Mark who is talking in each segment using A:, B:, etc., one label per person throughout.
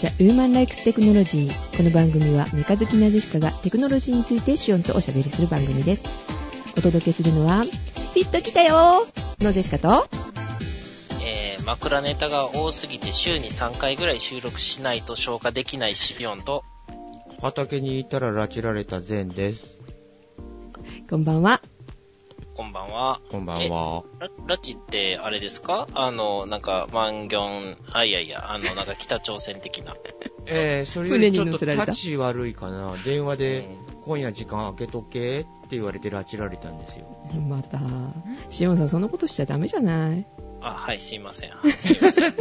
A: The Human Likes Technology この番組はメカ好きなジェシカがテクノロジーについてシオンとおしゃべりする番組ですお届けするのはフィット来たよーのジェシカと
B: えー、枕ネタが多すぎて週に3回ぐらい収録しないと消化できないシビオンと、
C: 畑にいたら拉致られたゼンです。
A: こんばんは
B: こんばんは。
C: こんばんは。
B: ララチって、あれですかあの、なんか、マンギョン、あ、いやいや、あの、なんか北朝鮮的な。
C: えー、それよ
A: 船
C: り
A: に
C: ちょっ
A: 乗
C: と
A: せられた
C: 立ち悪いかな。電話
B: う
C: で
B: ん、
C: 今夜時間空けとけって言われて拉致られたんですよ。
A: またシオンさんそんなことしちゃダメじゃない
B: あ、はい、すいません。はいすいません。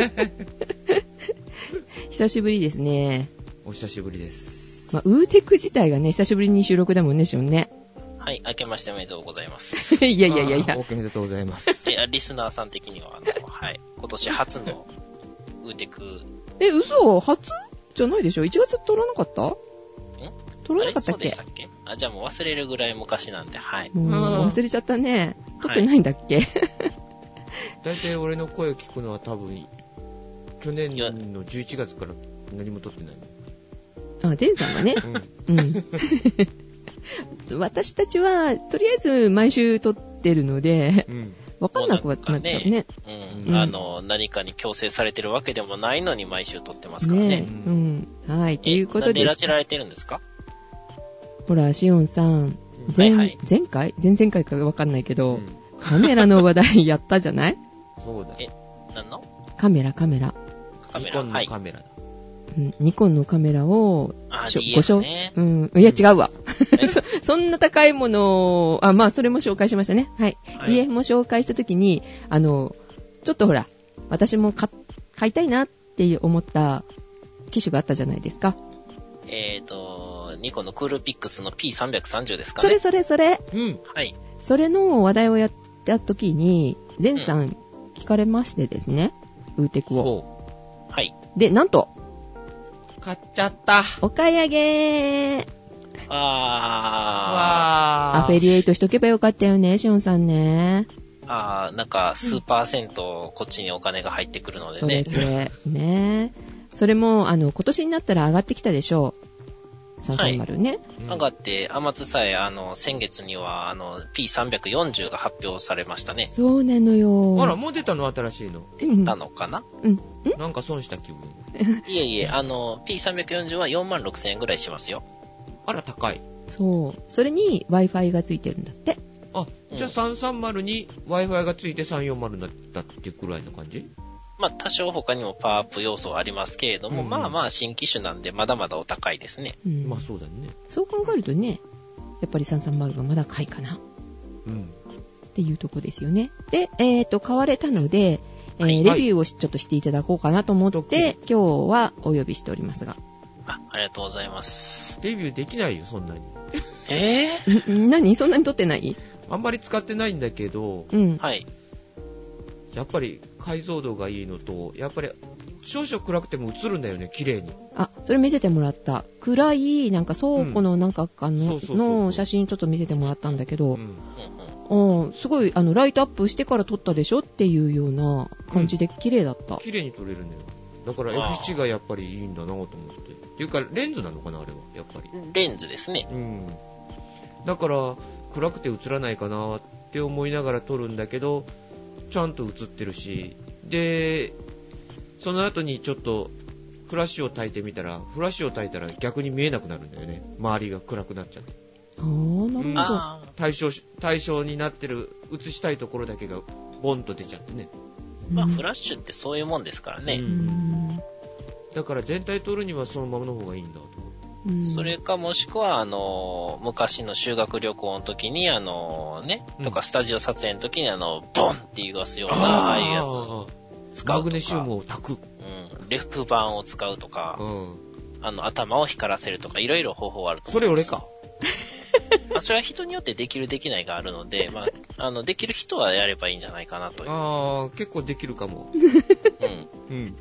A: 久しぶりですね、
C: お久しぶりです。
A: まあ、ウーテク自体がね久しぶりに収録だもんねシオン ね
B: はい、明けましておめでとうございます。
A: いやいやいやい
C: あ
A: や
C: ーおめでとうございます。
B: え、あリスナーさん的には、あの、はい、今年初の、ウーテク、
A: え嘘初じゃないでしょ1月撮らなかった撮
B: あ
A: らな
B: れ
A: かった
B: そ
A: っ
B: うで
A: け
B: したっけあ、じゃあもう忘れるぐらい昔なんで、はい。
A: もう
C: うん
A: 忘れちゃったね。撮ってないんだっけ、
C: 大体俺の声聞くのは多分、去年の11月から何も撮ってない。
A: あ、前さんがね。
C: うん。
A: うん。 私たちは、とりあえず毎週撮ってるの で、
C: うん。
A: わかんなくはなっちゃうね。
B: うん。
A: うん
B: あの、何かに強制されてるわけでもないのに毎週撮ってますからね。
A: ねえ。うん。はい。というこ
B: な
A: と
B: んで
A: で
B: 拉、致られてるんですか
A: ほら、シオンさん、前、
B: はいはい
A: 前回前々回かわかんないけ
C: う
A: ど、
C: ん
A: カメラの話題やったじゃない
C: そうだ。
B: え何の
A: カメラ、カメラ。
B: カメ
C: ニ
B: ラ
C: コン
B: は
C: の
B: い。
C: カメラだ。
A: うん、ニコンのカメラを、
B: あ
A: しょ
B: DF
A: ご紹
B: ね
A: うん。いや、違うわ。
B: え
A: そそんな高いものを、あ、まあ、それも紹介しましたね。はい。
B: はい
A: 家も紹介したときに、あの、ちょっとほら、私も買買いたいなって思った機種があったじゃないですか。
B: えっ、と、ニコンのクールピックスの P330 ですか
A: それ
B: ね。
A: それそれ、
C: うん。
B: はい。
A: それの話題をやったときに、ゼンさん聞かれましてですね、ウーテクを。
C: そ
B: はい。
A: で、なんと、
C: う。買っちゃった。
A: お買い上げ
B: あ
A: ア
C: わ
A: フ
C: ー。
A: ィリエイトしとけばよかったよね、シオンさんね。
B: ーあー、なんか、数パーセント、こっちにお金が入ってくるので
A: そうで
B: ね。
A: すね。ねそれも、あの、今年になったら上がってきたでしょう。330ね。
C: うん
B: なんかって、アマツさえ、あの、先月には、あの、P340 が発表されましたね。
A: そうなのよ。
C: あら、もう出たの新しいの。
A: うん
B: なのかな
A: うん。
C: なんか損した気分。
B: いえいえ、あの、P340 は4万6000円ぐらいしますよ。
C: あら、高い。
A: そう。それに Wi-Fi がついてるんだって。
C: あ、じゃあ330に Wi-Fi がついて340になったってくらいの感じ
B: まあ、多少他にもパワーアップ要素はありますけれども、
C: うん
B: まあまあ、新機種なんで、まだまだお高いですね。
A: うん
C: まあそうだね。
A: そう考えるとね、やっぱり330がまだ買いかなっ
C: うん。
A: ていうとこですよね。で、えっ、と、買われたので、えー
B: はい
A: レビューをしちょっとしていただこうかなと思っ
C: ど
A: て、
C: っ
A: 今日はお呼びしておりますが。
B: あ、ありがとうございます。
C: レビューできないよ、そんなに。
B: ええ
A: んん何そんなに撮ってない
C: あんまり使ってないんだけど、
A: うん。
B: はい。
C: やっぱり解像度がいいのと、やっぱり少々暗くても映るんだよね、綺麗に。
A: あ、それ見せてもらった。暗い、なんか倉庫のなんかあ
C: うんそ
A: の
C: うそうそうそう
A: の写真ちょっと見せてもらったんだけど、
C: う
B: う
C: ん。
B: んうん。
A: うん、すごい、あの、ライトアップしてから撮ったでしょっていうような感じで綺麗だった。
C: 綺麗に撮れるんだよ。だから
B: あー
C: F7 がやっぱりいいんだなと思って。っていうか、レンズなのかな、あれは。やっぱり。
B: レンズですね。
C: うん。だから、暗くて映らないかなって思いながら撮るんだけど、ちゃんと映ってるし、で、その後にちょっと、フラッシュを焚いてみたら、フラッシュを焚いたら逆に見えなくなるんだよね。周りが暗くなっちゃって。
A: あー、なるほど。
C: うん
B: ああ。
C: 対象し、対象になってる、映したいところだけが、ボンと出ちゃってね。
B: まあ、
A: うん
B: フラッシュってそういうもんですから
C: う
B: ね。
C: んだから全体撮るにはそのままの方がいいんだと。
A: うん
B: それかもしくは、あの、昔の修学旅行の時に、あの、ね、
C: うん
B: とかスタジオ撮影の時に、あの、ボンって言わすような、ああいうやつを
C: あ
B: 使うとか。
C: マグネシウムを炊く。
B: うん。レフ板を使うと
C: う
B: か、
C: ん。
B: あの、頭を光らせるとか、いろいろ方法はあると思
C: そ
B: います
C: れ俺か。
B: まあ、それは人によってできるできないがあるので、まあ、あの、できる人はやればいいんじゃないかなという。
C: ああ、結構できる かも。
B: うん。
C: うん。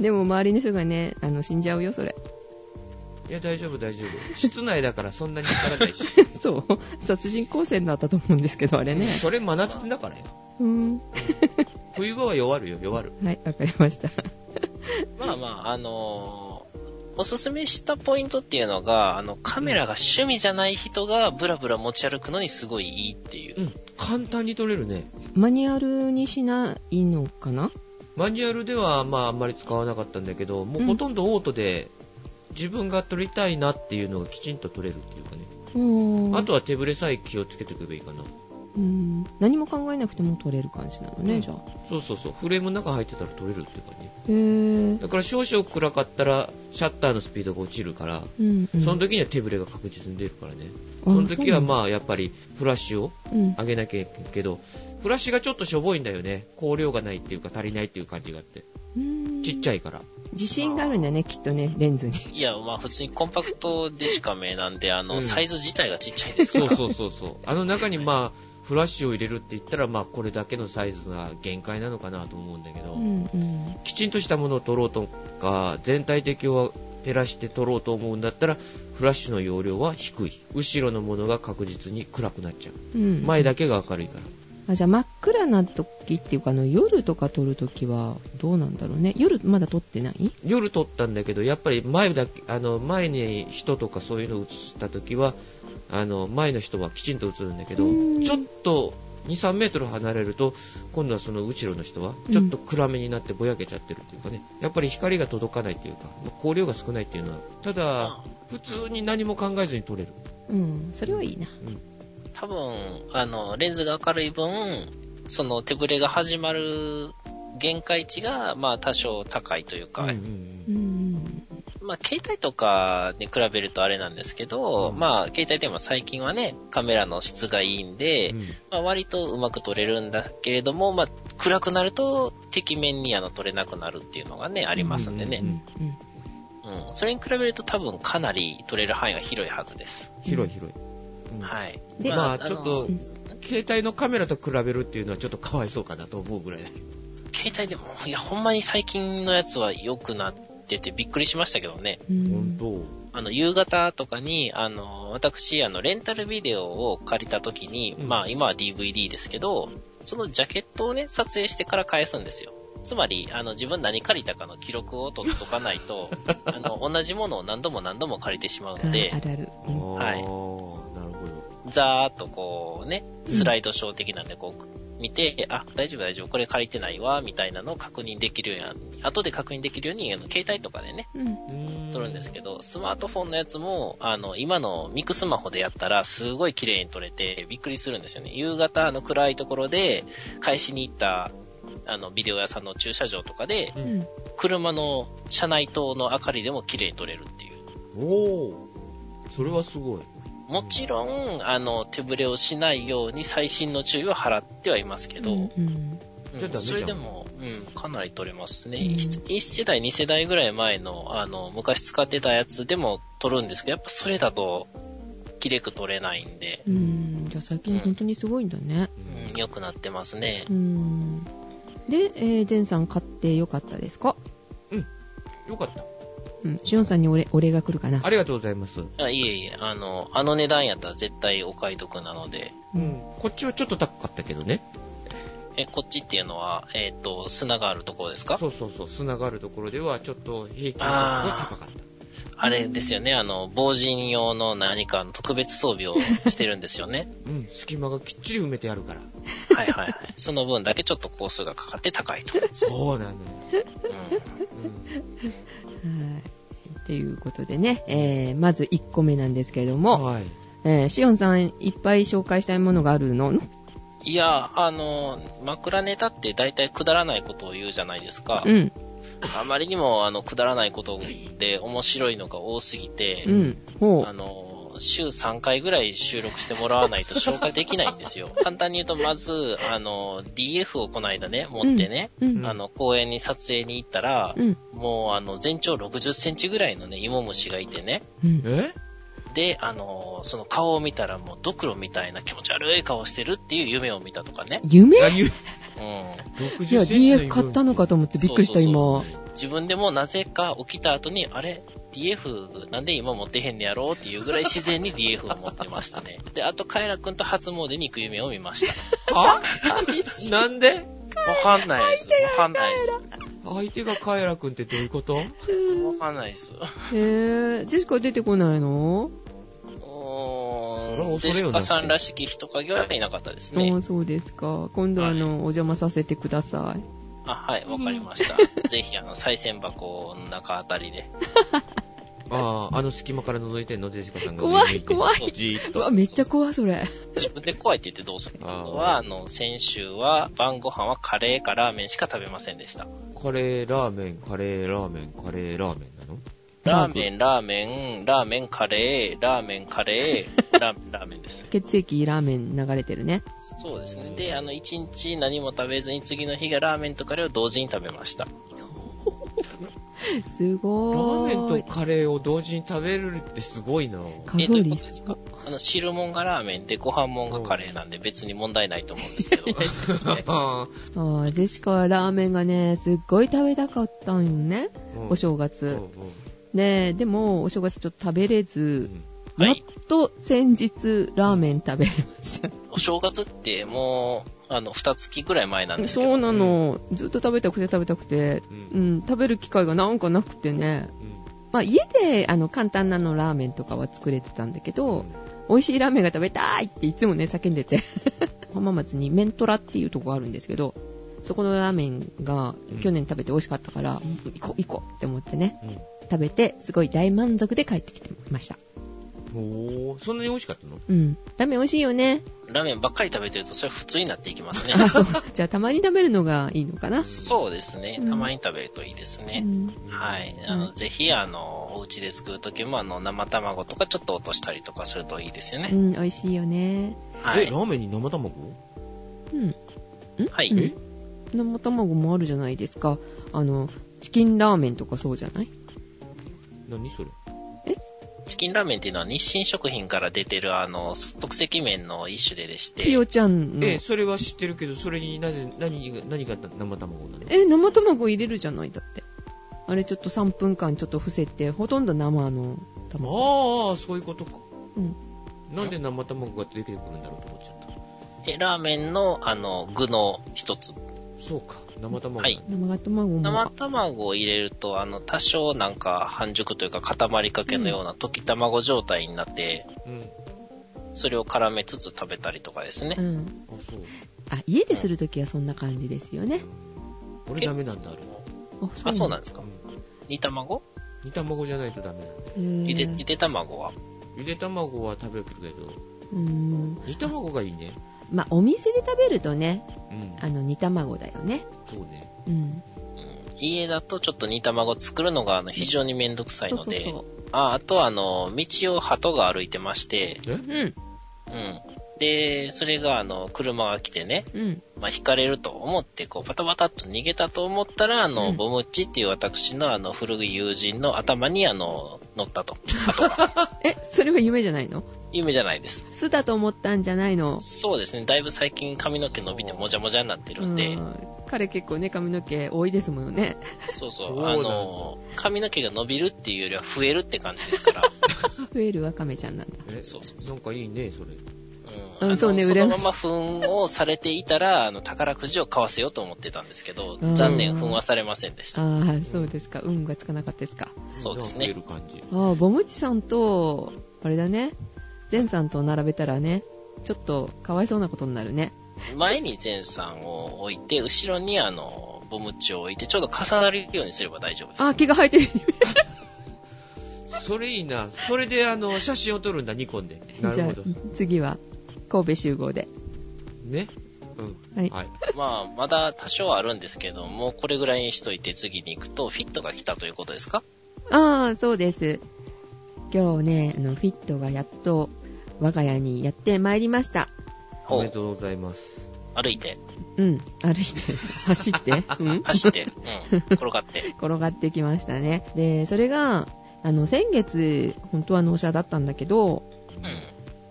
A: でも周りの人がね、あの、死んじゃうよ、それ。
C: いや、大丈夫、大丈夫。室内だからそんなに光らないし。
A: そう。殺人光線だったと思うんですけど、あれね。
C: それ真夏だからよ。
A: うん。
C: 冬場は弱るよ、弱る。
A: はい、わかりました。
B: まあ、あまあ、あのーおすすめしたポイントっていうのが、あの、カメラが趣味じゃない人がブラブラ持ち歩くのにすごいいいっていう
C: う。ん、簡単に撮れるね。
A: マニュアルにしないのかな
C: マニュアルでは、まあ、あんまり使わなかったんだけど、もううんほとんどオートで、自分が撮りたいなっていうのがきちんと撮れるっていうかね。
A: うん
C: あとは手ぶれさえ気をつけておけばいいかな。
A: うん何も考えなくても撮れる感じなのね、
C: うん
A: じゃあ
C: そうそうそう、フレームの中入ってたら撮れるっていうかね。
A: へえ
C: だから少々暗かったら、シャッターのスピードが落ちるから、
A: うんうん、
C: その時には手ぶれが確実に出るからね。
A: あ
C: その時
A: そうな
C: は
A: んだ
C: まあ、やっぱりフラッシュを
A: うん、
C: 上げなきゃいけないけど、フラッシュがちょっとしょぼいんだよね。光量がないっていうか足りないっていう感じがあって。
A: うん
C: ちっちゃいから。
A: 自信があるんだねきっとねレンズに
B: いや、まあ普通にコンパクトデジカメなんで、あの、
C: うん
B: サイズ自体がちっちゃいですか
C: そ
B: ら。
C: うそうそう そう。あの中にまあ、フラッシュを入れるって言ったら、まあ、これだけのサイズが限界なのかなと思うんだけど、
A: うんうん
C: きちんとしたものを撮ろうとか、全体的を照らして撮ろうと思うんだったら、フラッシュの容量は低い。後ろのものが確実に暗くなっちゃう。
A: うん
C: 前だけが明るいから。
A: あじゃあ真っ暗な時っていうかあの夜とか撮る時はどうなんだろうね夜まだ撮ってない
C: 夜撮ったんだけど、やっぱり前だけ、あの、前に人とかそういうのを映した時は、あの、前の人はきちんと映るんだけど
A: うん、
C: ちょっと、2、3メートル離れると、今度はその後ろの人は、ちょっと暗めになってぼやけちゃってるっていうかね、やっぱり光が届かないっていうか、まあ光量が少ないっていうのは、ただ、普通に何も考えずに撮れる。
A: うんそれはいいな
B: 多分、あの、レンズが明るい分、その手ぶれが始まる限界値が、まあ多少高いというか、
C: うんうんう
A: うんん
B: まあ携帯とかに比べるとあれなんですけど、
C: うん
B: まあ携帯でも最近はね、カメラの質がいいんで、
C: うん
B: まあ、割とうまく撮れるんだけれども、まあ、暗くなると、敵面にあの撮れなくなるっていうのがね、ありますんで
A: う
B: ね。
A: んうん
B: うん。それに比べると多分かなり撮れる範囲は広いはずです。
C: 広い広い。うん
B: はい。
A: で
C: まあ、ちょっと
B: の、
C: 携帯のカメラと比べるっていうのはちょっとかわいそうかなと思うぐらいだけど
B: 携帯でも、いや、ほんまに最近のやつは良くなっててびっくりしましたけどね。
A: うん
C: 本当。
B: あの、夕方とかに、あの、私、あの、レンタルビデオを借りた時に、
C: うん
B: まあ、今は DVD ですけど、そのジャケットをね、撮影してから返すんですよ。つまり、あの、自分何借りたかの記録を取っとかない と、あの、同じものを何度も何度も借りてしまう
A: あ
B: ので
A: あ、るある、
C: あ
A: うん
C: ー
B: はい
C: なるほど。
B: ざーっとこうね、スライドショー的なんでこう、見て、あ、大丈夫大丈夫、これ借りてないわ、みたいなのを確認できるように、後で確認できるように、あの、携帯とかでね、
A: うん
B: 撮るんですけど、スマートフォンのやつも、あの、今のミクスマホでやったら、すごい綺麗に撮れて、びっくりするんですよね。夕方、あの、暗いところで、返しに行った、あの、ビデオ屋さんの駐車場とかで、
A: うん
B: 車の車内灯の明かりでも綺麗に撮れるっていう。
C: おおそれはすごい。
B: もちろん、あの、手ぶれをしないように細心の注意は払ってはいますけど、
A: うんうん
B: うん
C: じゃあダメじゃん
B: それでも、うん、かなり撮れますね。
A: うん
B: 1世代、2世代ぐらい前の、あの、昔使ってたやつでも撮るんですけど、やっぱそれだと、綺麗く撮れないんで、
A: うんじゃあ最近本当にすごいんだね
B: うん、良くなってますね
A: う。んで、えー、ゼンさん買ってよかったですか
C: よかった。
A: うんしおんさんにお礼お礼が来るかな
C: ありがとうございます。
B: あいえいえ、あの、あの値段やったら絶対お買い得なので、
A: うん
C: こっちはちょっと高かったけどね。
B: え、こっちっていうのは、えっ、と、砂があるところですか
C: そうそうそう。砂があるところではちょっと平均が
B: あー
C: 高かった。
B: あれですよね、あの、防塵用の何かの特別装備をしてるんですよ ね。
C: うん。隙間がきっちり埋めてあるから。
B: はいはいはい。その分だけちょっと工数がかかって高いと。
C: そうなんだよ。
B: うん
A: はいということでね、えーまず1個目なんですけれど
C: うん、
A: も、
C: はい。
A: えーしおんさんいっぱい紹介したいものがあるの
B: いや、あの、枕ネタって大体くだらないことを言うじゃないですか。
A: うん、
B: あまりにも、あの、くだらないことで面白いのが多すぎて
A: う、ん、ほ
B: あの、週3回ぐらい収録してもらわないと消化できないんで すよ。簡単に言うと、まず、あの、DF をこの間ね、持ってね、
A: う。うん、
B: あの、公園に撮影に行ったら、
A: うん、
B: もう、あの、全長60センチぐらいのね、芋虫がいてね、
A: うん、
C: え
B: で、あの、その顔を見たらもう、ドクロみたいな気持ち悪い顔してるっていう夢を見たとかね。
A: 夢
C: あ、ゆ、
B: うん。
C: 60
A: いや、
C: センチの
A: DF 買ったのかと思ってびっくりした、
B: そう
A: 今
B: そ。自分でもなぜか起きた後に、あれ ?DF なんで今持ってへんねやろうっていうぐらい自然に DF を持ってましたね。で、あとカエラくんと初詣に行く夢を見ました。
C: はなんで
B: わかんないです。わかんないです。
C: 相手がカエラくんってどういうこと
B: わかんないです。
A: へー、ジェシカ出てこないの、
C: それは
B: おーん、
C: 恐
B: ジェ
C: れ
B: シ
C: よな
B: カさんらしき人影はいなかったです
A: あ
B: ね
A: あ、。そうですか。今度あの、お邪魔させてください。
B: あ、はい、わかりました。 ぜひ、あの、再選箱の中あたりで。
C: ああ、あの隙間から覗いてんの、ジェシカさんが。
A: 怖い怖
C: い。じーっ
A: う
C: と
A: わ、めっちゃ怖い、それ。
B: 自分で怖いって言ってどうするの
C: あー
B: は、あの、先週は晩ご飯はカレーかラーメンしか食べませんでした。
C: カレーラーメン、カレーラーメン、カレーラーメンなの
B: ラーメン、ラーメン、ラーメンカレー、ラーメンカレ ー、ラーメン、ラーメンです。
A: 血液ラーメン流れてるね。
B: そうですね。で、あの、一日何も食べずに次の日がラーメンとカレーを同時に食べました。
A: す
C: ラー
A: ご
C: メン
A: ーい
C: と。カレーを同時に食べるってすごいな。
A: カ
B: え
A: ロ
B: どういう
A: リ
B: こ
A: ー
B: とですす
A: ご
B: か
A: い。
B: あの、汁もんがラーメンでご飯もんがカレーなんで別に問題ないと思うんで すけど。
C: あ
A: あージェシカはラーメンがね、すっごい食べたかったんよね。
C: ーうん
A: お正
C: うん
A: 月
C: う。ん
A: ねでも、お正月ちょっと食べれず、
B: は
A: やっ
B: い。
A: と先日、ラーメン食べれました。
B: お正月ってもう、あの、二月ぐらい前なんですけ
A: そうな
B: ど。
A: の、ずっと食べたくて食べたくて、
C: うん
A: う。ん、食べる機会がなんかなくてね。
C: うん
A: まあ、家で、あの、簡単なのラーメンとかは作れてたんだけど、美味しいラーメンが食べたいっていつもね、叫んでて。浜松にメントラっていうとこがあるんですけど、そこのラーメンが
C: うん
A: 去年食べて美味しかったから、もう行こう行こうって思ってね、
C: うん
A: 食べて、すごい大満足で帰ってきてました。
C: おー、そんなに美味しかったの
A: うん。ラーメン美味しいよね。
B: ラーメンばっかり食べてるとそれ普通になっていきます ね。
A: あ、そう。じゃあたまに食べるのがいいのかな。
B: そうですね。
A: うん
B: たまに食べるといいです
A: う
B: ね。
A: ん。
B: はい。あの、ぜひ、あの、お家で作るときも、あの、生卵とかちょっと落としたりとかするといいですよ
A: う
B: ね。
A: ん、美味しいよね。
B: は
C: え、
B: い
C: ラ。ーメンに生卵
A: うん。
B: は
A: うん
B: い。
A: 生卵もあるじゃないですか。あの、チキンラーメンとかそうじゃない
C: 何それ
B: チキンラーメンっていうのは日清食品から出てる、あの、特製麺の一種類でして。
A: ピオちゃんの。
C: え、
A: え、
C: それは知ってるけど、それになぜ、何が、何が生卵なの
A: 生卵入れるじゃないだって。あれちょっと3分間ちょっと伏せて、ほとんど生の卵。
C: ああ、そういうことか。
A: うん。
C: なんで生卵が出てくるんだろうと思っちゃった。
B: えラーメンの、あの、具の一つ。
C: そうか、生卵。
B: はい
A: 生卵も。
B: 生卵を入れると、あの、多少なんか半熟というか固まりかけのような溶き卵状態になって、
C: うん。あ、
B: それを絡めつつ食べたりとかですね
A: う。ん。
C: そう。
A: あ、家でするときはそんな感じですよね。
C: 俺ダメなんだ、あれ。
A: あ、
B: あ、そうなんですか。
C: うん
B: 煮卵
C: 煮卵じゃないとダメなんだよ。
A: ん
B: ゆ
A: で
B: で、
A: す
B: ゆで卵は
C: ゆで卵は食べるけど、
A: うん。
C: 煮卵がいいね。
A: まあ、お店で食べるとね、
C: うん。
A: あの、煮卵だよね。
C: そうね。
A: うん。
B: うん家だとちょっと煮卵作るのがあの非常にめんどくさい
A: そう
B: の
A: そう
B: で、
A: そ
B: ああとあの、道を鳩が歩いてまして、
C: え
A: う。うん。
B: うん。で、それがあの、車が来てね、
A: うん。
B: まあ、引かれると思って、こう、パタパタっと逃げたと思ったら、あの、
A: うん
B: ボムッチっていう私のあの、古い友人の頭にあの、乗ったと。
A: え、それは夢じゃないの
B: 夢じゃないです。
A: 巣だと思ったんじゃないの
B: そうですね、だいぶ最近髪の毛伸びてもじゃもじゃになってるんで、
A: うん彼結構ね、髪の毛多いですもんね。
B: そうそ
C: そう
B: う、
C: なんだ
B: あの、髪の毛が伸びるっていうよりは増えるって感じです から。
A: 増えるワカメちゃんなんだ。
C: え、
B: そうそうそ
C: なんかいいね、それ。
B: うん、あの
A: そ
B: そう
A: ね
B: の
A: 羨ま
B: ま
A: しい
B: ま噴をされていたら、あの、宝くじを買わせようと思ってたんですけど
A: うん、
B: 残念、噴はされませんでした。
A: ああ、そうですか。運がつかなかったですか。
B: そうです
C: 出
B: ね
C: る。感じ。
A: ああ、ボムチさんと、あれだね。ゼンさんと並べたらね、ちょっとかわいそうなことになるね。
B: 前に前さんを置いて、後ろにあの、ボムチを置いて、ちょうど重なるようにすれば大丈夫です。
A: ああ、毛が生えてる。
C: それいいな。それで、あの、写真を撮るんだ、ニコンで。な
A: じ
C: る
A: ゃ
C: ほ
A: あ
C: ど。、
A: 次は、神戸集合で。
C: ね。うん。
A: はい
C: はい。
B: まあ、まだ多少はあるんですけども、これぐらいにしといて次に行くと、フィットが来たということですか
A: ああ、そうです。今日ね、あの、フィットがやっと、我が家にやってまいりました。
B: ほ
C: おめで
B: う、
C: とうございます。
B: 歩いて、
A: うん、歩いて、 走って、うん、
B: 走って、うん、転が って。
A: 転がってきましたね。で、それが、あの、先月、本当は納車だったんだけど、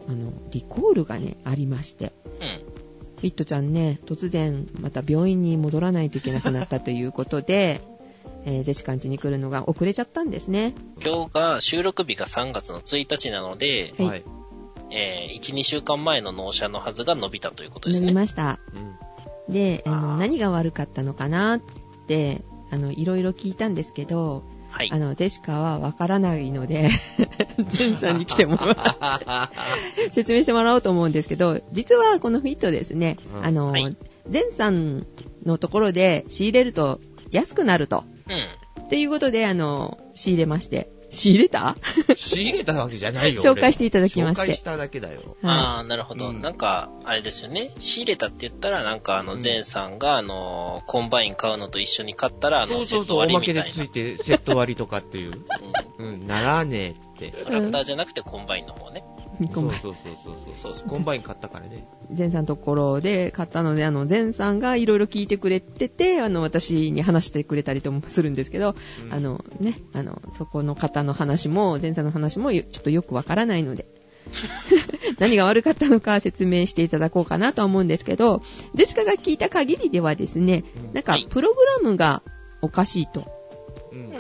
B: うん、
A: あの、リコールがね、ありまして。
B: うん、
A: フィットちゃんね、突然、また病院に戻らないといけなくなったということで、 えージェシカン家に来るのが遅れちゃったんですね。
B: 今日が、収録日が3月の1日なので、
A: はい
C: はい。
B: えー、1、2週間前の納車のはずが伸びたということで
A: 乗
B: す
A: り
B: ね。
A: ました。
C: うん。
A: で、あの、
B: あー
A: 何が悪かったのかなって、あの、いろいろ聞いたんですけど、
B: はい
A: あ。の、ジェシカはわからないので、 ジェンさんに来ても 説明してもらおうと思うんですけど、実はこのフィットですね、
C: うん
A: あの、
B: はい
A: ジェンさんのところで仕入れると安くなると。
B: うん。
A: っていうことで、あの、仕入れまして。仕入れた
C: 仕入れたわけじゃないよ。
A: 紹介していただきまして
C: 紹介しただけだよ。
A: は
B: ああ、なるほど。
C: うん
B: なんか、あれですよね。仕入れたって言ったら、なんか、あ
C: う
B: の、
C: ん
B: ゼンさんが、あの、コンバイン買うのと一緒に買ったら、あ
C: そ
B: の、
C: う
B: セ
C: そう
B: ット
C: そう、お
B: 割り
C: ま
B: み
C: けで
B: たい
C: つ
B: な。う
C: いてセット割りとかっていう。
B: ん
C: うん、ならねえって。
B: トラクターじゃなくてコンバインの方ね。
A: い。ご
C: そ
A: めん
C: うそうそうそう
B: そうそう
C: コンバイン買ったからね。
A: ゼンさんのところで買ったので、あの、ゼンさんがいろいろ聞いてくれてて、あの、私に話してくれたりともするんですけど、
C: うん
A: あの、ね、あの、そこの方の話も、ゼンさんの話も、よちょっとよくわからないので、 何が悪かったのか説明していただこうかなとは思うんですけど、ジェシカが聞いた限りではですね、なんか
B: はい、
A: プログラムがおかしいと。
C: うん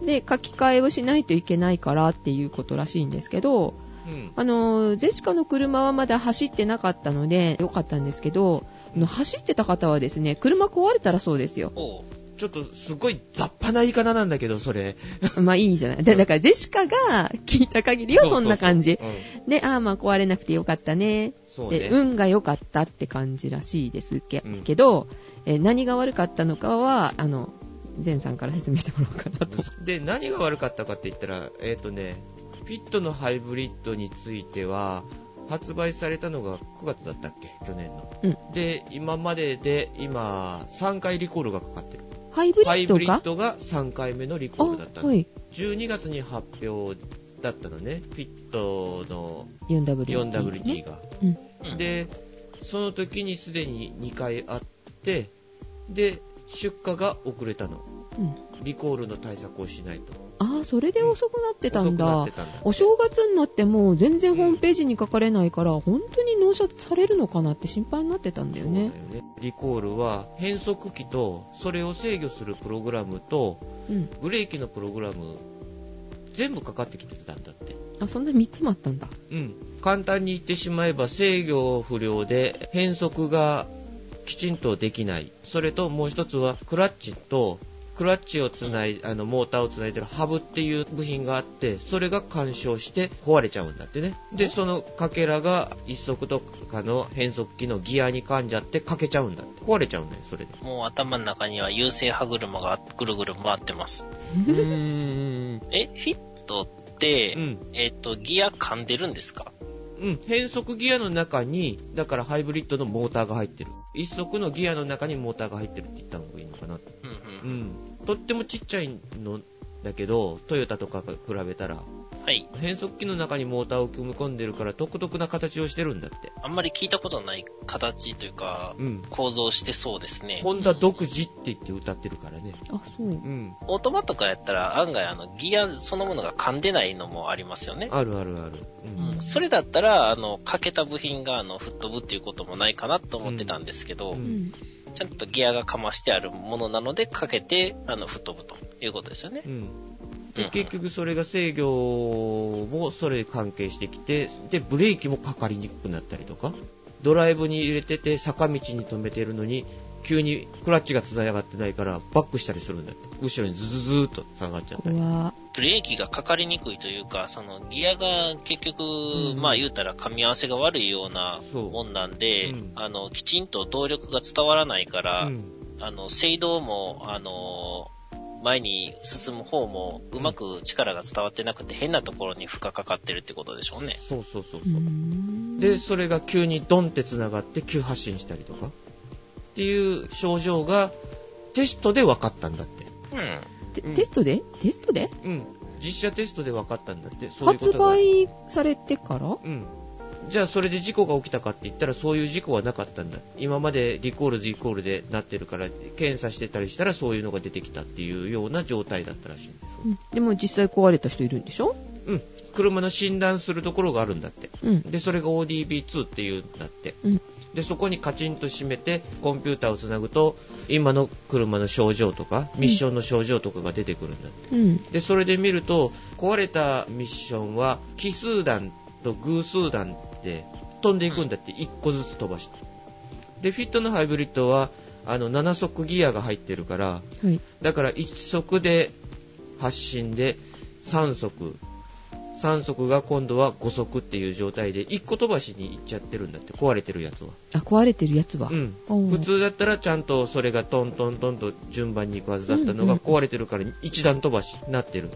B: うん。
A: で、書き換えをしないといけないからっていうことらしいんですけど、
C: うん
A: あの、ジェシカの車はまだ走ってなかったので、良かったんですけど、あの走ってた方はですね、車壊れたらそうですよ。
B: おう
C: ちょっとすごい雑把な言い方なんだけど、それ。
A: まあいいじゃない。でだからジェシカが聞いた限りはそんな感じ
C: そ。うそう
A: で、ああまあ壊れなくて良かったね。
C: そううんそう
A: で、
C: ね。
A: 運が良かったって感じらしいですけ,、
C: うん
A: けど、えー何が悪かったのかは、あの、ゼンさんから説明してもらおうかなと。
C: で、何が悪かったかって言ったら、えっ、とね、フィットのハイブリッドについては、発売されたのが9月だったっけ去年の、
A: う
C: で、今までで、今、3回リコールがかかってる。
A: ハイブリ
C: ハイ
A: ッ
C: ブ
A: ド
C: リッ
A: か
C: ドが3回目のリコールだった
A: あ、
C: の。
A: はい。
C: 12月に発表だったのね、フィットの
A: 4W。
C: 4WD
A: ね。
C: が。
B: うん。
C: で、その時にすでに2回あって、で、出荷が遅れたの。
A: うん
C: リコールの対策をしないと。
A: ああ、それで遅くなってたんだ。
C: 遅くなってたんだ
A: お正月になっても全然ホームページに書かれないから、本当に納車されるのかなって心配になってたんだよね。
C: そうだよねリコールは変速機とそれを制御するプログラムと
A: うん。
C: ブレーキのプログラム全部かかってきてたんだって
A: あ、そんな3つもあったんだ。
C: うん簡単に言ってしまえば制御不良で変速がきちんとできないそれともう一つはクラッチとクラッチをつないあのモーターをつないでるハブっていう部品があってそれが干渉して壊れちゃうんだってねでそのかけらが一速とかの変速機のギアに噛んじゃって欠けちゃうんだって壊れちゃうんだよそれで
B: もう頭の中には優勢歯車がぐるぐる回ってます。
C: うーん。
B: え、フィットって、
C: うん
B: えっ、と、ギア噛んでるんですか
C: うん。変速ギアの中に、だからハイブリッドのモーターが入ってる。一速のギアの中にモーターが入ってるって言った方がいいのかな。
B: うんう。
C: うんん。とってもちっちゃいのだけど、トヨタとかと比べたら、
B: はい。
C: 変速機の中にモーターを組み込んでるから独特な形をしてるんだって。
B: あんまり聞いたことない形というか、
C: うん。
B: 構造してそうですね。
C: ホンダ独自って言って歌ってるからね。
A: あ、そう。
C: うん。
B: オートマとかやったら案外あのギアそのものが噛んでないのもありますよね。
C: あるあるある。うん。
B: うんそれだったら、あの、欠けた部品が、あの、吹っ飛ぶっていうこともないかなと思ってたんですけど、
C: うん
A: うん。
B: ちゃんとギアがかましてあるものなので、かけて、あの、吹っ飛ぶということですよね
C: う。ん。
B: うんう
C: で
B: ん
C: 結局それが制御もそれ関係してきてでブレーキもかかりにくくなったりとかドライブに入れてて坂道に止めてるのに急にクラッチがつながってないからバックしたりするんだって後ろにズズズーっと下がっちゃったり
A: 怖
B: ブレーキがかかりにくいというか、その、ギアが結局、
C: ん
B: まあ言うたら噛み合わせが悪いような
C: そう
B: もんなんで、
C: うん
B: あの、きちんと動力が伝わらないから、
C: うん
B: あの、制動も、あの、前に進む方もうまく力が伝わってなくて変なところに負荷かかってるってことでしょうね。
C: そうそうそ
A: う。
C: うそううんでそれが急にドンってつながって急発進したりとかっていう症状がテストで分かったんだって
B: うん。
A: テ
C: うん
A: テストでテストで
C: うん実写テストで分かったんだってそういうこ
A: 発
C: とが
A: 売されてから
C: うん。じゃあそれで事故が起きたかって言ったらそういう事故はなかったんだ。今までリコールリコールでなってるから検査してたりしたらそういうのが出てきたっていうような状態だったらしいんです。
A: うんでも実際壊れた人いるんでしょ
C: うん。車の診断するところがあるんだって。
A: うん。
C: で、それが ODB2 っていうんだって。
A: うん
C: で、そこにカチンと締めてコンピューターをつなぐと今の車の症状とかミッションの症状とかが出てくるんだって。
A: うん。
C: でそれで見ると壊れたミッションは奇数段と偶数段で飛んでいくんだって1個ずつ飛ばしてでフィットのハイブリッドはあの7速ギアが入ってるから
A: はい。
C: だから1速で発進で3速3速が今度は5速っていう状態で1個飛ばしに行っちゃってるんだって壊れてるやつは、
A: あ、壊れてるやつは。
C: うん、
A: おー
C: 普通だったらちゃんとそれがトントントンと順番に行くはずだったの
A: うんうん
C: が壊れてるから一段飛ばしになってる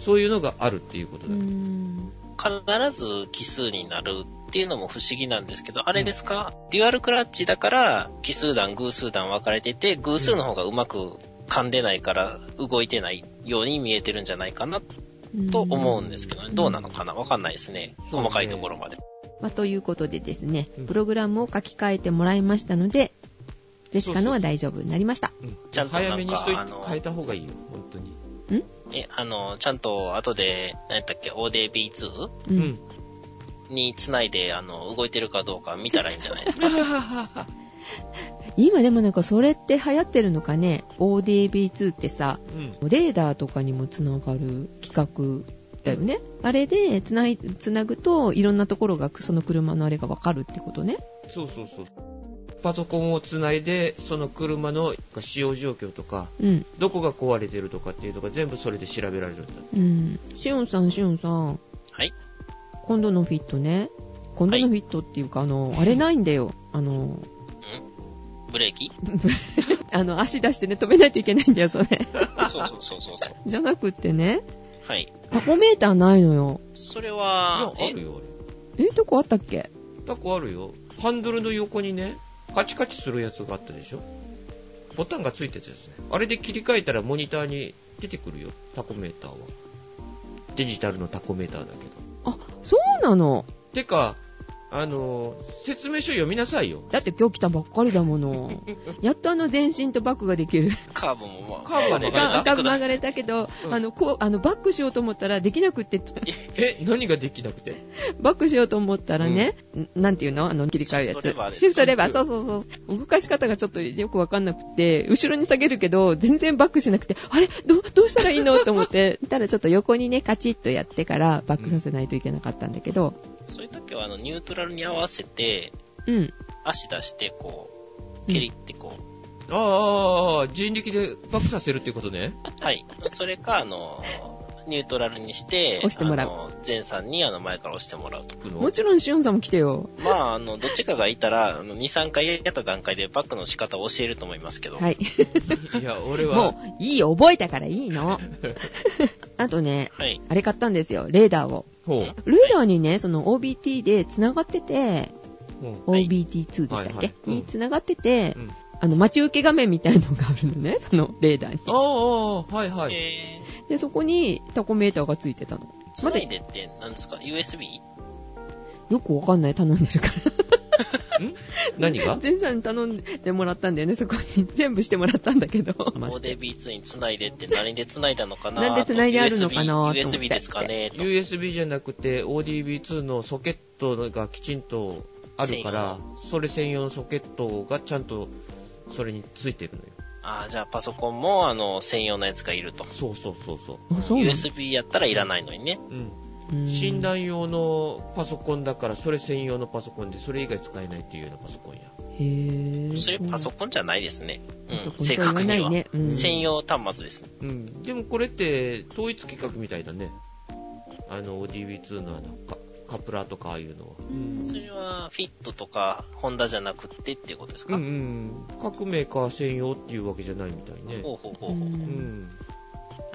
C: そういうのがあるっていうこと
A: うー
C: だ、
A: ん。
B: 必ず奇数になるっていうのも不思議なんですけど、あれですか、デュアルクラッチだから奇数段、偶数段分かれてて、偶数の方がうまく噛んでないから動いてないように見えてるんじゃないかなと思うんですけどね。
A: うん
B: どうなのかなわかんないですね。
C: そう
B: 細
C: ね
B: かいところまで。
A: まあ、ということでですね
C: うん、
A: プログラムを書き換えてもらいましたので、ジェシカのは大丈夫になりました。
C: うん
B: ちゃんとなんか
C: 早めにしとい
B: あ
C: て
B: の
C: 変えた方がいいよ本当に
B: え、あの、ちゃんと後で、何やったっけ、ODB2
A: う。
C: うんん
B: につないで、あの、動いてるかどうか見たらいいんじゃないです か。
A: 今でもなんかそれって流行ってるのかね、ODB2 ってさ、
C: うん
A: レーダーとかにもつながる企画だよね。あれでつない、つなぐといろんなところがその車のあれがわかるってことね。
C: そうそうそうパソコンをつないでその車の使用状況とか
A: うん。
C: どこが壊れてるとかっていうのが全部それで調べられるんだ
A: うん。シオンさん、シオンさん。
B: はい。
A: 今度のフィットね。今度のフィットっていうか、あの、あれないんだよ。あの、
B: ブレー キ
A: あの、足出してね、止めないといけないんだよ、それ。
B: そうそうそうそうそう。
A: じゃなくってね、
B: はい。
A: タコメーターないのよ。
B: それ
C: いや
B: は、
C: あ
B: え
C: るよあれ
A: え、どこあったっけ
C: タコあるよハンドルの横にねカチカチするやつがあったでしょボタンがついてたやつねあれで切り替えたらモニターに出てくるよタコメーターはデジタルのタコメーターだけど
A: あ、そうなの。
C: てかあのー説明書読みなさいよ
A: だって今日来たばっかりだもの。 やっとあの前進とバックができる。
B: カーブもまあ、
C: カーブは曲がれた
A: がが曲が
B: れ
A: れたけど、
C: うん
A: あの、こう、あの、バックしようと思ったらできなくっ て、
C: え何ができなくて
A: バックしようと思ったらね、んなんていうのあの、切り替えるや
B: シフトレバーで
A: つ。
B: す
A: シフトレバー、そうそうそう。動かし方がちょっとよくわかんなくて、後ろに下げるけど、全然バックしなくて、あれどう、どうしたらいいのと思 って、たらちょっと横にね、カチッとやってから、バックさせないといけなかったんだけど、
B: そういう時は、あの、ニュートラルに合わせて、
A: うん。
B: 足出して、こう、蹴りってこう、
C: ああああ人力でバックさせるっていうこ とね
B: はい。それか、あの、ニュートラルにして、
A: 押してもらう
B: あの、前さんに、あの、前から押してもらうと。
A: もちろん、しおんさんも来てよ。
B: まあ、あの、どっちかがいたら、あの、2、3回やった段階でバックの仕方を教えると思いますけど、
A: はい。
C: いや俺は
A: もう、いいよ、覚えたからいい の。 あとね、
B: はい。
A: あれ買ったんですよ、レーダーを。
C: ほう
A: レーダーにね、その OBT で繋がってて、
C: ほ
A: OBT2 でしたっけ、
C: はいはいうん
A: に繋がってて、
C: ううんあ
A: あの、待ち受け画面みたいのがあるのね、そのレーダーに。
C: あああはいはい
B: え
A: で、そこにタコメーターがついてたの。
B: ー、つないでって何ですか ?USB?
A: よくわかんない、頼んでるから。
C: 何 が
A: 全さんに頼んでもらったんだよね、そこに。全部してもらったんだけど。
B: ODB2 につないでって何でつないだのかな
A: なんで繋いであるのかなと思って
B: USB, ?USB ですかねと
C: USB じゃなくて ODB2 のソケットがきちんとあるからそれ専用のソケットがちゃんとそれについてるのよ
B: あーじゃあパソコンも、あの、専用のやつがいると。
C: そうそうそうそ
A: あ、そうなの
B: USB やったらいらないのにね。
C: う、うん、
A: うん
C: 診断用のパソコンだからそれ専用のパソコンでそれ以外使えないっていうようなパソコンや
A: へぇ
B: それパソコンじゃないですね。う
A: パソコン
B: ん、
A: と
B: 正
A: は言わ
B: 確
A: な
B: に
A: い
B: は。
A: ね。うん
B: 専用端末ですね。
C: うんでもこれって統一規格みたいだねあの ODB2 のあのカカプラとかああいうのは
B: それは、フィットとか、ホンダじゃなくてっていうことです
C: う
B: か、
C: んうん各メーカー専用っていうわけじゃないみたいね
B: ほうほうほう
A: う
B: ほう。
C: うんん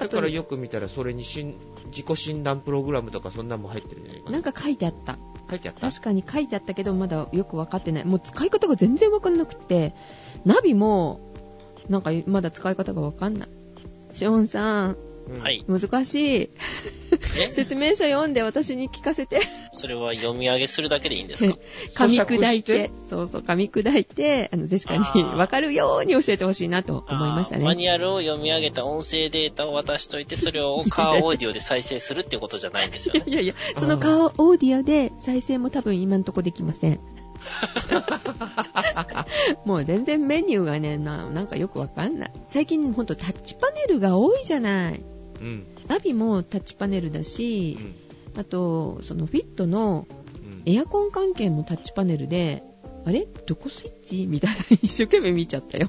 A: あ
C: だ
A: と
C: か
A: ね
C: らよく見たらそれにしん自己診断プログラムとかそんなんも入ってるんじゃないかな
A: なんか書いてあった。
C: 書いてあった
A: 確かに書いてあったけど、まだよく分かってない。もう使い方が全然分かんなくて、ナビも、なんかまだ使い方が分かんない。シオンさん、
C: うん
B: はい。
A: 難しい。
B: え
A: 説明書読んで私に聞かせて。
B: それは読み上げするだけでいいんですか
A: 噛み砕
C: 咀嚼
A: い、
C: して
A: そうそう、噛み砕いて、あの、ジェシカに
B: あー
A: 分かるように教えてほしいなと思いました
B: あーマ
A: ね。
B: ニュアルを読み上げた音声データを渡しといて、それをカーオーディオで再生するっていうことじゃないんです よね。
A: いやいや、その顔オーディオで再生も多分今んとこできま せん。もう全然メニューがね、ななんかよくわかんない。最近ほんとタッチパネルが多いじゃない。
C: うん
A: ナビもタッチパネルだ
C: う
A: し、
C: ん
A: あと、そのフィットの
C: うん
A: エアコン関係もタッチパネルで、あれどこスイッチみたいな一生懸命見ちゃったよ。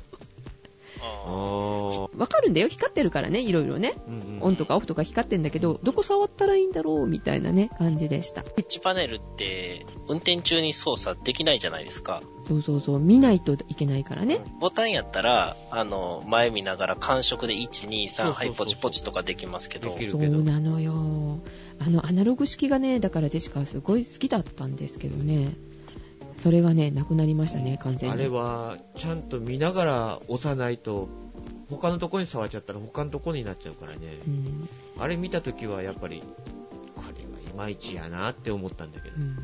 C: あー
A: わかるんだよ。光ってるからね、いろいろね。
C: うんうん
A: オンとかオフとか光ってんだけど、どこ触ったらいいんだろうみたいなね、感じでした。
B: タッチパネルって、運転中に操作できないじゃないですか。
A: そうそうそう、見ないといけないからね。
B: ボタンやったら、あの、前見ながら感触で1、2、
C: そうそ
B: 3、
C: うそう
B: はい、ポチポチとかできますけど
C: で、きる
A: そ
C: けど
A: うなのよ。あの、アナログ式がね、だからジェシカはすごい好きだったんですけどね。それがね、なくなりましたね、完全に。
C: あれはちゃんと見ながら押さないと他のとこに触っちゃったら他のとこになっちゃうからね、
A: うん、
C: あれ見た時はやっぱりこれはいまいちやなって思ったんだけど、
A: うん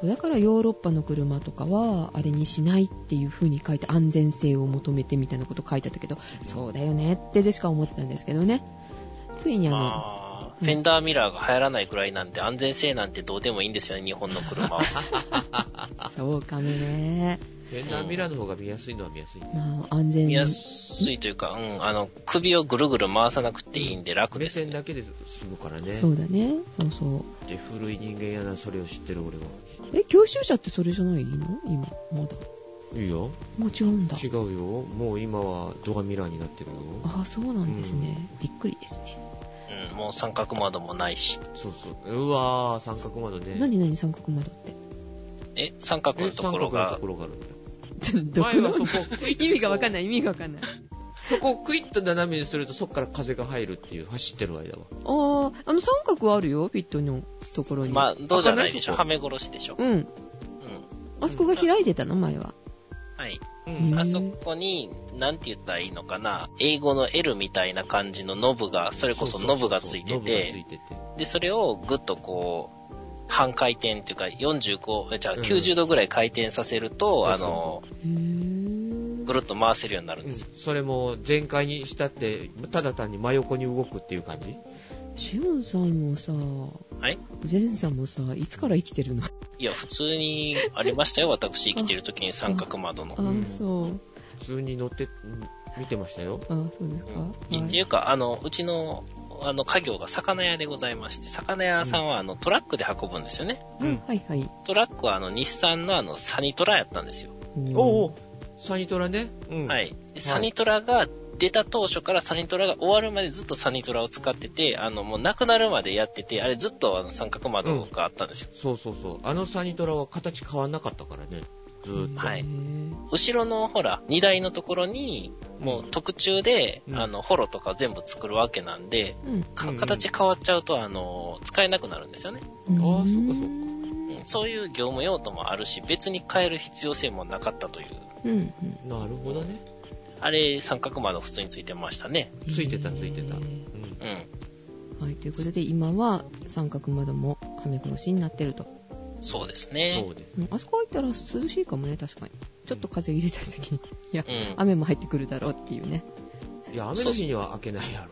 A: そうだからヨーロッパの車とかはあれにしないっていう風に書いて安全性を求めてみたいなこと書いてあったけどそうだよねってジェシカは思ってたんですけどねついにあの、
B: まあ、
A: うん
B: フェンダーミラーが流行らないくらいなんで、安全性なんてどうでもいいんですよね、日本の車は。
A: そうかもね、
C: フェンダーミラーの方が見やすいのは見やすい、
A: まあ、安全
B: 見
A: に
B: やすいというか、うん、あの、首をぐるぐる回さなくていいんで楽
C: 目
B: です
C: 線
B: ね。
C: だけで済むからね
A: そうだねそうそう
C: で古い人間やなそれを知ってる俺は
A: え教習車ってそれじゃないの今まだ
C: いいよ
A: もう違うんだ
C: 違うよもう今はドアミラーになってるよ
A: ああそうなんですね、びっくりですね
B: うん、もう三角窓もないし。
C: そうそううわー三角窓ね
A: 何何三角窓って
B: え、三角の
C: え
B: と
C: 三
B: ころ
C: 角の
B: が
C: ところがあるんだよ
A: どこ
C: 前は
A: の
C: そこ
A: 意味がわかん
C: ない
A: ない意味がわかんない
C: そこをクイッと斜めにするとそこから風が入るっていう走ってる間は
A: ああ、あの三角あるよ、フィットのところに。
B: まあ、どうじゃないでしょ。
C: わか
B: は
C: ん
B: め殺しでしょ。
A: うん。
B: うん。
A: あそこが開いてたの、前は。
B: はい。
C: う
A: うん
C: ん
B: あそこに、なんて言ったらいいのかな。英語の L みたいな感じのノブが、それこそノブがついて
C: ノブがつ
B: て、
C: いてて
B: で、それをぐっとこう、半回転っていうか、45、えじゃあ
C: うん
B: 90度ぐらい回転させると、
C: そうそう
B: あ
C: そう
B: の、
A: へー
B: ぐるっと回せるようになるん
C: うん
B: ですよ。
C: それも全開にしたってただ単に真横に動くっていう感じ
A: シオンさんもさ、
B: はい
A: ゼンさんもさ、いつから生きてるの
B: いや、普通にありましたよ。私生きてる時に三角窓の。
A: あ
C: ん
A: あ、そう。
C: 普通に乗ってうん見てましたよ
A: ああ、そうですか。
B: うんっていうか、あの、うちの、あの、家業が魚屋でございまして、魚屋さんは、あの、トラックで運ぶんですよね。
A: はいうんはいはい。
B: トラックは、あの、日産の、あの、サニトラやったんですよ。
C: おおサニトラね、うん
B: はい。でサニトラが出た当初からサニトラが終わるまでずっとサニトラを使ってて、あの、もうなくなるまでやってて、あれずっとあの三角窓があったんですよ。
C: そうそうそうあのサニトラは形変わんなかったからねずーっと
B: はい
A: へー
B: 後ろの、ほら、荷台のところに、もう特注で、
C: うん
B: あの、ホロとか全部作るわけなんで、
A: うん。
B: か
C: うんうん
B: 形変わっちゃうと、あの、使えなくなるんですよね。
C: あーそっかそっか
B: うんそういう業務用途もあるし、別に変える必要性もなかったという。
A: うん。うん。
C: なるほどね
B: あれ、三角窓普通についてましたね。
C: ついてたついてた、
A: へー
C: うん
B: うん。
A: はい、ということで、今は三角窓もはめ殺しになってると。
B: そうですね
C: そ。うです
A: うんあそこ入ったら涼しいかもね、確かに。ちょっと風入れたい時に。いや、
B: うん
A: 雨も入ってくるだろうっていうね。
C: いや雨の日には開けないや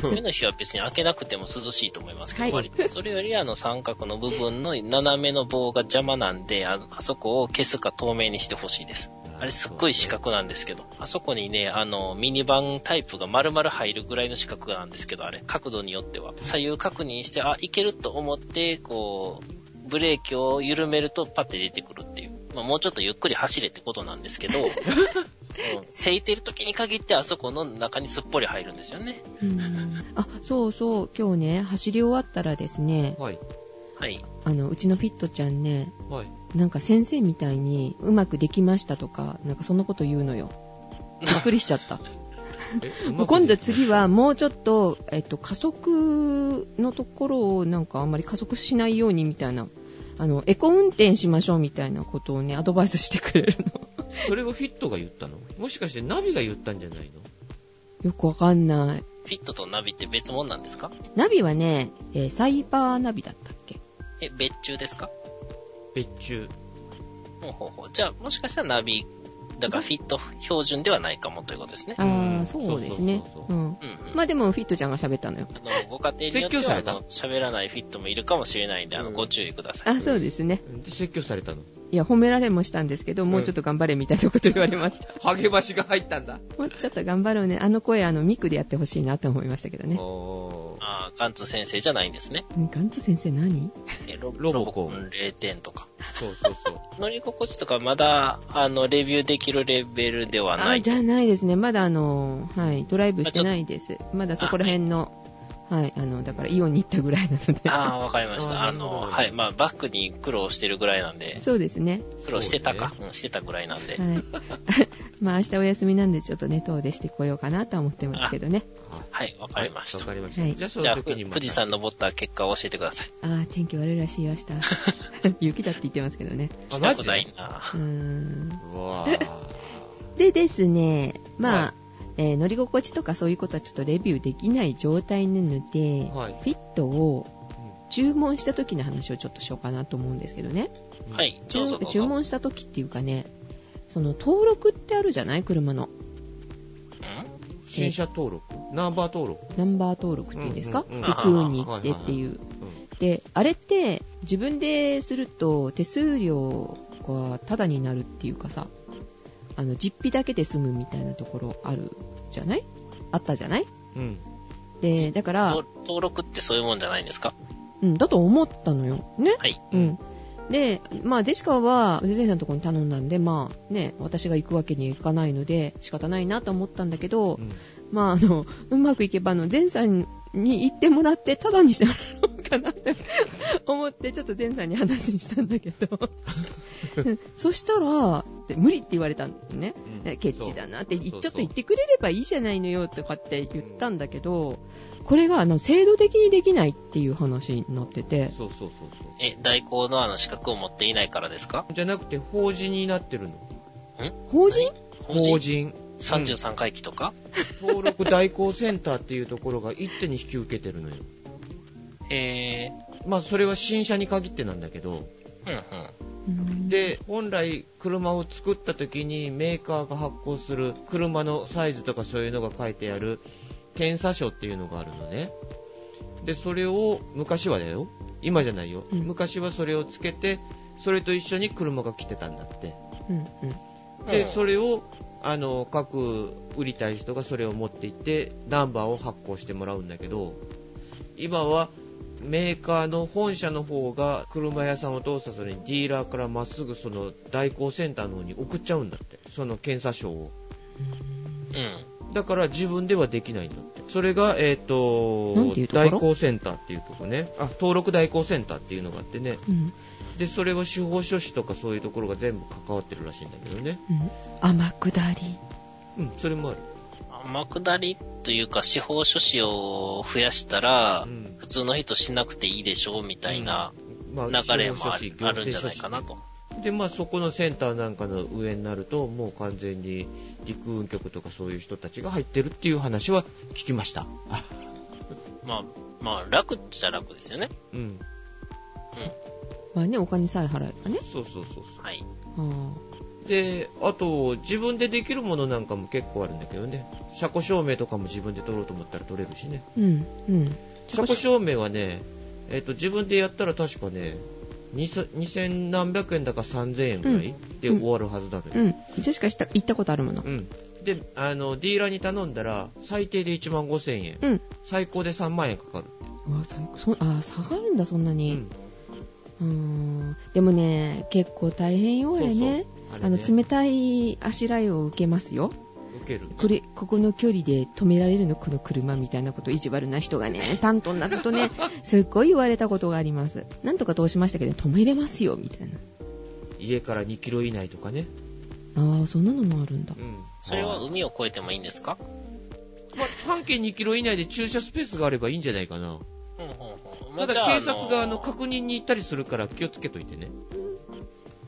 C: ろ
B: 目の日は別に開けなくても涼しいと思いますけど、
A: はい
B: それよりあの三角の部分の斜めの棒が邪魔なんで、ああそこを消すか透明にしてほしいです。あれすっごい四角なんですけど、あそこにね、あの、ミニバンタイプが丸々入るぐらいの四角なんですけど、あれ、角度によっては。左右確認して、あ、いけると思って、こう、ブレーキを緩めるとパッて出てくるっていう。まあ、もうちょっとゆっくり走れってことなんですけど、うん、せいてる時に限ってあそこの中にすっぽり入るんですよね。
A: あ、そうそう、今日ね、走り終わったらですね、
C: はい
B: はい。
A: あの、うちのピットちゃんね、
C: はい
A: なんか先生みたいにうまくできましたとか、なんかそんなこと言うのよ。びっくりしちゃった。
C: えうまく
A: 今度次はもうちょっと、えっと、加速のところをなんかあんまり加速しないようにみたいな、あの、エコ運転しましょうみたいなことをね、アドバイスしてくれるの。
C: それをフィットが言ったのもしかしてナビが言ったんじゃないの
A: よくわかんない。
B: フィットとナビって別物なんですか
A: ナビはね、えーサイバーナビだったっけ
B: え、別注ですか
C: 別注
B: ほうほうほう。じゃあ、もしかしたらナビ、だからフィット標準ではないかもということですね。
A: あ
C: う
A: あ、
C: ん
A: そうですね
C: そう。そう
A: う
C: そ
A: ん。
B: うん、うん。
A: まあでも、フィットちゃんが喋ったのよ。
B: あの、ご家庭によって
C: 説教さ
B: は、あ
C: れた
B: の、喋らないフィットもいるかもしれないんで、あの、
C: うん
B: ご注意ください。
A: あ、そうですね。
C: で説教されたの
A: いや、褒められもしたんですけど、もうちょっと頑張れみたいなこと言われま した。
C: 励ましが入ったんだ、
A: もうちょっと頑張ろうね。あの声、あの、ミクでやってほしいなと思いましたけどね。
C: おー
B: あ、ガンツ先生じゃないんですね。
A: ガンツ先生何
B: えロ
C: ロボコン
B: ロ0点とか。
C: そうそうそう。
B: 乗り心地とかまだ、あの、レビューできるレベルではな
A: あ、
B: い
A: じ。ゃないですね。まだあの、はい、ドライブしてないです。まだそこら辺の、はい、あの、だからイオンに行ったぐらいなので。
B: ああ、わかりまし
C: あ
B: た。
C: ー
B: あ
C: なるほど
B: の、はい。まあ、バックに苦労してるぐらいなんで、
A: そうですね。
B: 苦労してたか、うん、してたぐらいなんで。
A: はい。 まあ明日お休みなんでちょっとね、遠出してこようかなとは思ってますけどね。
B: はい、わかりまし
C: わ
B: た。
C: かりま
A: は
C: し
A: い
C: た。じゃあそ
B: じゃ
C: の
B: あ、
C: 時にまた
B: 富士山登った結果を教えてください。
A: ああ、天気悪いらしいよ明日。雪だって言ってますけどね。
C: あ
B: し
C: マ
B: たく
C: ジで
B: ないな
A: うーん。
C: うわ
A: でですね、まあ、
C: は
A: えー乗り心地とかそういうことはちょっとレビューできない状態なので、
C: ーはい。
A: フィットを注文した時の話をちょっとしようかなと思うんですけどね。
C: うん
B: は。い、どう
A: 注
B: ぞどう
A: 注
B: ぞ。
A: 文した時っていうかね、その登録ってあるじゃない車の。
B: うん
C: 新車登録、ナンバー登録。
A: ナンバー登録っていうんですか
C: うんうん
B: うん
A: で、空運に行ってっていう。
C: うん
A: で、あれって自分ですると手数料がタダになるっていうかさ、あの、実費だけで済むみたいなところあるじゃないあったじゃない
C: うん。
A: で、だから、
B: 登登録ってそういうもんじゃないんですか
A: うん、だと思ったのよ。ね
B: はい。
A: うん。で、まあ、ジェシカは、腕前さんのところに頼んだんで、まあね、私が行くわけにはいかないので、仕方ないなと思ったんだけど、
C: うん
A: まあ、あの、うまくいけば、あの、前さんに行ってもらって、ただにしてもらおうかなって 思って、ちょっと前さんに話にしたんだけ ど。うんそしたら、って無理って言われたんだよね。
C: うん
A: ケチだなって、
C: そう
A: ちょ
C: そう
A: っと言ってくれればいいじゃないのよとかって言ったんだけど、これが、あの、制度的にできないっていう話になってて、
C: そうそうそうそう。
B: え、代行のあの資格を持っていないからですか
C: じゃなくて、法人になってるの。
A: 法人
B: 法人
C: 法人。
B: 33回忌とか、
C: 登録代行センターっていうところが一手に引き受けてるのよ。
B: え
C: まあ、それは新車に限ってなんだけど。
B: ー、うんうん。
A: うん
C: で、本来、車を作った時にメーカーが発行する車のサイズとかそういうのが書いてある検査書っていうのがあるのね。で、それを昔はだよ。今じゃないよ。
A: うん
C: 昔はそれをつけて、それと一緒に車が来てたんだって。
A: うんうん
C: で、
B: うん
C: それを、あの、各売りたい人がそれを持って行って、ナンバーを発行してもらうんだけど、今は、メーカーの本社の方が車屋さんを通さずにディーラーからまっすぐその代行センターの方に送っちゃうんだって。その検査証を。
B: うん。
C: だから自分ではできないんだって。それが、え
A: なんていう
C: っ、と、
A: ところ
C: 代行センターっていうとこね。あ、登録代行センターっていうのがあってね。
A: うん
C: で、それは司法書士とかそういうところが全部関わってるらしいんだけどね。
A: うん天下り
C: うん、それもある。
B: 天下りというか、司法書士を増やしたら
C: う、ん
B: 普通の人しなくていいでしょうみたいな
C: ま
B: 流れもあるあるんじゃないかな。と。
C: で、まあ、そこのセンターなんかの上になると、もう完全に陸運局とかそういう人たちが入ってるっていう話は聞きました。 あ
B: まあ、まあ、楽っちゃ楽ですよね。
C: うん。
A: まあねお金さえ払えばね
C: そうそうそうそ
B: はい。
A: は
C: う。で、あと、自分でできるものなんかも結構あるんだけどね。車庫証明とかも自分で取ろうと思ったら取れるしね。
A: あうんうん
C: 車庫証明はね、えっ、と、自分でやったら確かね、2000何百円だか3000円ぐらいで終わるはずだけど。
A: うんジェシカした行ったことあるもの
C: うん。で、あの、ディーラーに頼んだら、最低で1万5千円、
A: うん
C: 最高で3万円かかる。
A: うわ最高そあー下がるんだそんな
C: う
A: に、。うーんでもね結構大変よあれね
C: そうそうあれね
A: あの冷たいあしらいを受けますよ
C: 受ける。
A: これここの距離で止められるのこの車みたいなこと意地悪な人がね担当になるとねすっごい言われたことがありますなんとか通しましたけど止めれますよみたいな
C: 家から2キロ以内とかね。
A: ああそんなのもあるんだ
C: うん。
B: それは
C: まあ、
B: 海を越えてもいいんですか
C: 半径2キロ以内で駐車スペースがあればいいんじゃないか
B: うん
C: な。
B: うんうん。まあ
C: た
B: じ
C: だ
B: ゃあ
C: 警察があの、
B: ー
C: 確認に行ったりするから気をつけといてね。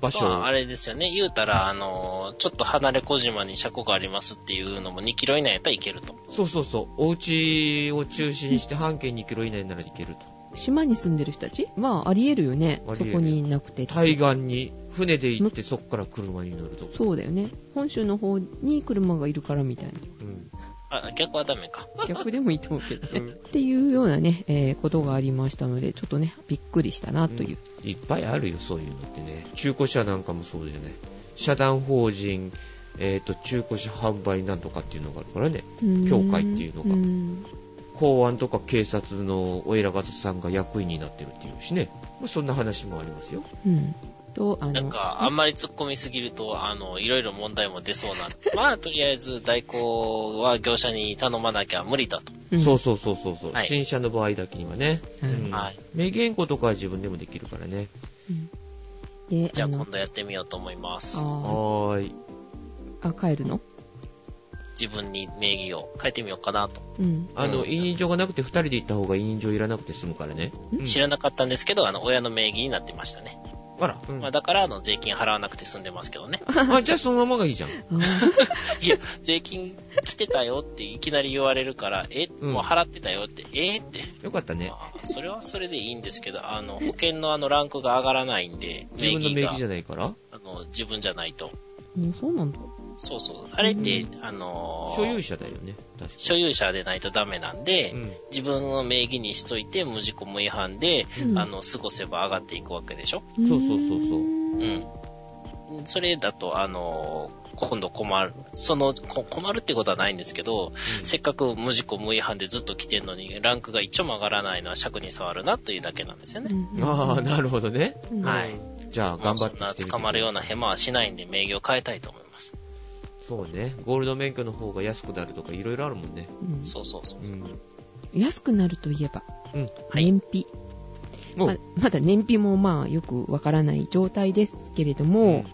C: 場所
B: まあ、あ
C: を。
B: れですよね。言うたら、あのー、ちょっと離れ小島に車庫がありますっていうのも2キロ以内やったらいけると。
C: そうそうそう。お家を中心にして半径2キロ以内なら行けると。
A: 島に住んでる人たちまあありえるよね
C: ありえ
A: そ
C: るよ
A: こにいなくて
C: 対岸に船で行ってそっから車に乗ると。
A: そうだよね本州の方に車がいるからみたい
C: うん。
B: あ、逆はダメか。
A: な逆でもいいと思うけどね、
C: うん
A: っていうようなね、えーことがありましたのでちょっとねびっくりしたなという、
C: いっぱいあるよ、そういうのってね。中古車なんかもそうだよね。社団法人、えっ、と、中古車販売なんとかっていうのがあるからね。
A: うーん
C: 教会っていうのが
A: ーん
C: 公安とか警察のお偉方さんが役員になってるっていうしね、まあ、そんな話もありますよ。
A: うん。と、あ
B: なん
A: の、
B: か、あんまり突っ込みすぎると、あの、いろいろ問題も出そう なんで。まあ、とりあえず、代行は業者に頼まなきゃ無理だと。
A: ん
C: そうそうそうそうそう、
B: はい
C: 新車の場合だけにはね、
A: はい
C: うん
B: はい
C: 名言語とかは自分でもできるからね。
A: うんで、
B: じゃ
A: あ
B: あ、
A: の
B: 今、度やってみようと思います。
A: あ
C: はーい。
A: ーあ、帰るの
B: 自分に名義を変えてみようかなと。
A: うん。
C: あの、
B: うん
C: 委任状がなくて2人で行った方が委任状いらなくて済むからね。うん
B: 知らなかったんですけど、あの、親の名義になってましたね。
C: あら、うん
B: まあ、だから、あの、税金払わなくて済んでますけどね。
C: あ、じゃあそのままがいいじゃん。
A: あー
B: いや、税金来てたよっていきなり言われるから、え、
C: うん
B: もう払ってたよって、えって。
C: よかったね。
B: まあそれはそれでいいんですけど、あの、保険のあの、ランクが上がらないんで、
C: 自分の名
B: 名
C: 義
B: 義
C: じ
B: が、
C: ゃないから、
B: あの、自分じゃないと。
A: もうそうなんだ。
B: そうそう。あれって、あのー
C: 所有者だよね。確か
B: 所有者でないとダメなんで、
C: に。うん。
B: 自分の名義にしといて、無事故無違反で、
A: うん
B: あの、過ごせば上がっていくわけでしょ
C: そうそうそうそう
B: うん。それだと、あのー今度困る。その、こ困るってことはないんですけど、せっかく無事故無違反でずっと来てんのに、ランクが一丁も上がらないのは尺に触るなというだけなんですよね。
A: うん。
C: ああ、なるほどね。
A: うん
B: はい。
C: じゃあ、頑張って
B: も
C: し
B: う
C: て
B: そん
C: みて
B: な捕まるようなヘマはしないんで、名義を変えたいと思います。
C: そうね。ゴールド免許の方が安くなるとかいろいろあるもんね。
A: うん
B: そうそうそう。
C: うん。
A: 安くなるといえば、
C: うん
B: はい
A: 燃費。
C: も
A: ま
C: う、
A: まだ燃費もまあよくわからない状態ですけれども、
C: うん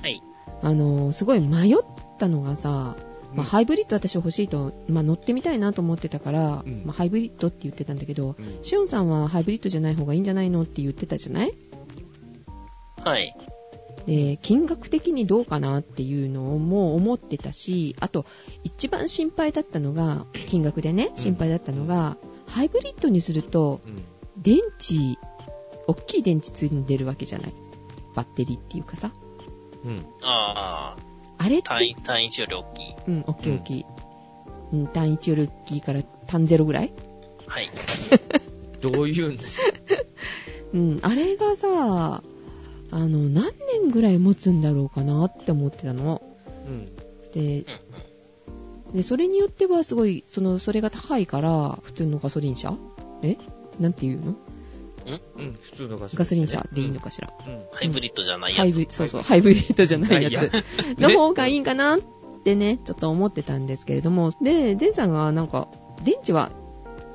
B: はい。
A: あのすごい迷ったのがさ、まあ、ハイブリッド私欲しいと、まあ、乗ってみたいなと思ってたから、
C: うん
A: まあ、ハイブリッドって言ってたんだけど
C: うん
A: しおんさんはハイブリッドじゃない方がいいんじゃないのって言ってたじゃない
B: はい。
A: で金額的にどうかなっていうのも思ってたしあと一番心配だったのが金額でね心配だったのが、ハイブリッドにすると
C: うん
A: 電池大きい電池積んでるわけじゃないバッテリーっていうかさ
C: うん。
B: ああ、
A: あれって
B: 単位、単位重量大きい。
A: うん、オッケーオッケー。うん、単1より大きいから単0ぐらい
B: はい。
C: どういうんですか
A: うん、あれがさ、あの、何年ぐらい持つんだろうかなって思ってたの。
C: うん。
A: で
B: う、んうん。
A: でそれによってはすごい、その、それが高いから、普通のガソリン車えなんていうの
C: うん。普通のガソリン。
A: ガソリン車でいいのかしら、
C: うん。
B: ハイブリッドじゃない
A: ハイ
B: やつ。
A: ブリそうそう、ハイブリッドじゃない やつ。
C: ね
A: の方がいいかなってね、ちょっと思ってたんですけれども、で、デンさんがなんか、電池は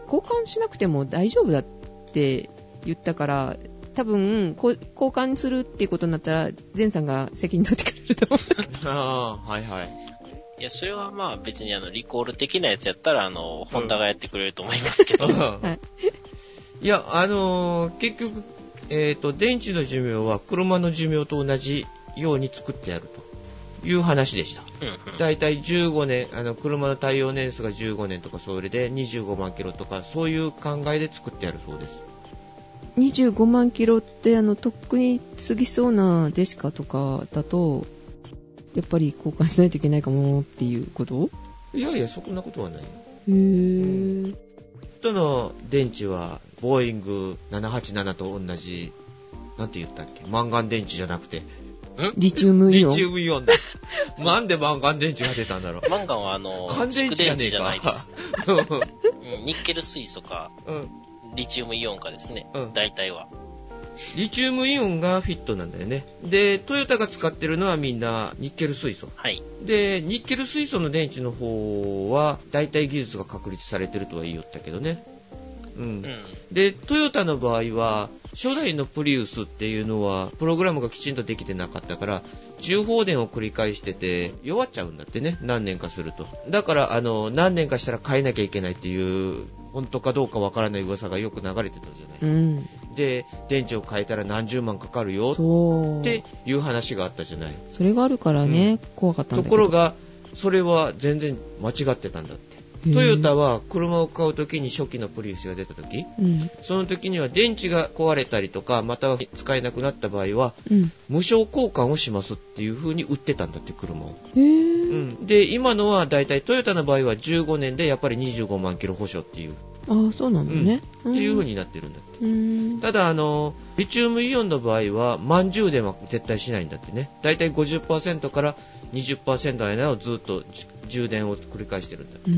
A: 交換しなくても大丈夫だって言ったから、多分、こう交換するってことになったら、ゼンさんが責任取ってくれる と思
C: ああ、はいはい。
B: いや、それはまあ別にあの、リコール的なやつやったら、あの、ホンダがやってくれると思いますけど。
A: はい
C: いや、あのー結局、えっ、と、電池の寿命は車の寿命と同じように作ってやるという話でした。
B: うんうん。
C: だいたい15年、あの、車の耐用年数が15年とか、それで25万キロとか、そういう考えで作ってやるそうです。
A: う。25万キロって、あの、とっくに過ぎそうなデシカとかだと、やっぱり交換しないといけないかもっていうこと
C: いやいや、そんなことはないよ。
A: へー。
C: との電池は、ボーイング787と同じ、なんて言ったっけ、マンガン電池じゃなくて、
A: リチウムイ
C: リ
A: オン。
C: チウムイオンだ。 なんでマンガン電池が出たんだろう。
B: マンガンはあの、
C: 乾電
B: 蓄電
C: 池じゃね
B: 池
C: え
B: じゃ
C: か
B: ない です。。
C: う
B: うん、ニッケル水素か、
C: んうん
B: リチウムイオンかですね。
C: うん
B: 大体は。
C: リチウムイオンがフィットなんだよね。で、トヨタが使ってるのはみんなニッケル水素。
B: はい。
C: で、ニッケル水素の電池の方は、大体技術が確立されてるとは言いよったけどね。うん
B: うん。
C: で、トヨタの場合は、初代のプリウスっていうのは、プログラムがきちんとできてなかったから、重放電を繰り返してて、弱っちゃうんだってね、何年かすると。だから、あの、何年かしたら変えなきゃいけないっていう、本当かどうかわからない噂がよく流れてたじゃない。
A: うん。
C: で、電池を変えたら何十万かかるよ
A: そう。
C: っていう話があったじゃない。
A: それがあるからね、怖かったんだ
C: と
A: けど。
C: ころが、それは全然間違ってたんだって。
A: へー
C: トヨタは車を買うときに初期のプリウスが出たとき、
A: うん。
C: その時には電池が壊れたりとか、または使えなくなった場合は、
A: うん。
C: 無償交換をしますっていう風に売ってたんだって、車を。
A: へ
C: う
A: ぇ、
C: ん。で、今のはだいたいトヨタの場合は15年でやっぱり25万キロ保証っていう、
A: ああ、そうなんだね。
C: っていう風
A: に。
C: になってるんだっ
A: う
C: て。
A: ん。
C: ただ、あの、リチウムイオンの場合は、満充電は絶対しないんだってね。だいたい50%から20%の間をずっと充電を繰り返してるんだ。
A: うー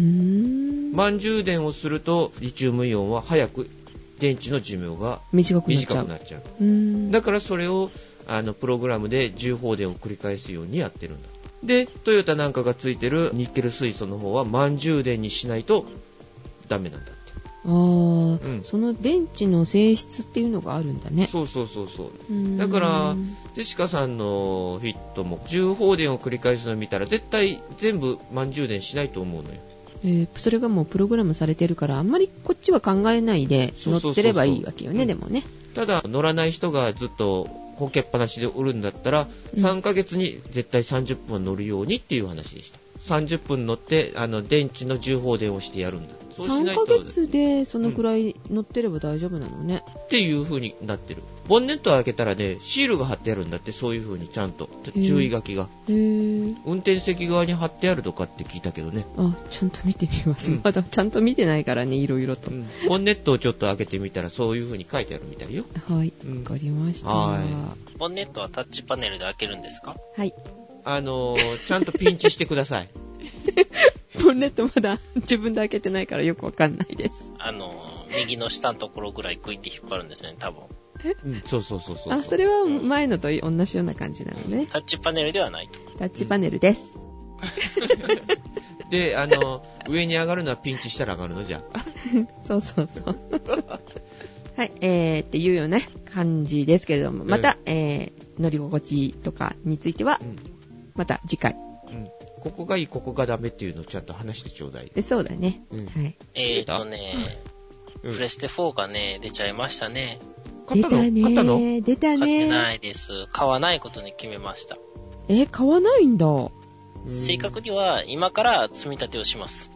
A: ん
C: 満充電をするとリチウムイオンは早く電池の寿命が
A: 短くなっちゃ
C: 短
A: う
C: くなっちゃう
A: うーん
C: だからそれをあのプログラムで重放電を繰り返すようにやってるんだでトヨタなんかがついてるニッケル水素の方は満充電にしないとダメなんだっ
A: あー、
C: うん
A: その電池の性質っていうのがあるんだ
C: て
A: ね
C: そうそうそうそう
A: うーん
C: だからジェシカさんのヒットも重放電を繰り返すのを見たら絶対全部満充電しないと思うのよ
A: えーそれがもうプログラムされてるからあんまりこっちは考えないで
C: そう
A: 乗
C: そうそうそう
A: ってればいいわけよね
C: うん
A: でもね
C: ただ乗らない人がずっとこけっぱなしでおるんだったら
A: うん
C: 3ヶ月に絶対30分は乗るようにっていう話でした30分乗ってあの電池の重放電をしてやるんだそうしな
A: 3ヶ
C: いと
A: 月でそのくらい乗ってれば大丈夫なのね、
C: っていう風になってるボンネットを開けたらねシールが貼ってあるんだってそういう風にちゃんと
A: うん
C: 注意書きが、
A: へー
C: 運転席側に貼ってあるとかって聞いたけどね、
A: あちゃんと見てみます、
C: うん
A: まだちゃんと見てないからねいろいろと、
C: ボンネットをちょっと開けてみたらそういう風に書いてあるみたいよ
A: はい
C: うん
A: わかりました
C: は
B: ボンネットはタッチパネルで開けるんですか
A: はい
C: あのーちゃんとピンチしてくださ い
A: ボンネットまだ自分で開けてないからよくわかんないです
B: あの、右の下のところぐらいクイって引っ張るんですよね、多分。
C: うんそうそうそうそう
A: あそれは前のと同じような感じなの
B: うん
A: ね、
B: タッチパネルではないと。
A: タッチパネルです、
C: であのー上に上がるのはピンチしたら上がるのじゃあ
A: そうそうそうはいえー、っていうような感じですけれどもまた、えー、乗り心地とかについては
C: うん
A: また次回
C: うんここがいいここがダメっていうのをちゃんと話してちょうだい、
A: でそうだね、
C: うん
A: はい、
B: えーとね、
C: うん
B: プレステ4がね、出ちゃいましたね。
C: 買ったの
A: 出
C: 買った
A: た
C: の
A: ね出た
B: 買って
A: ね
B: ないです。買わないことに決めました。
A: えー買わないんだ
C: うん
B: 正確には、今から積み立てをします。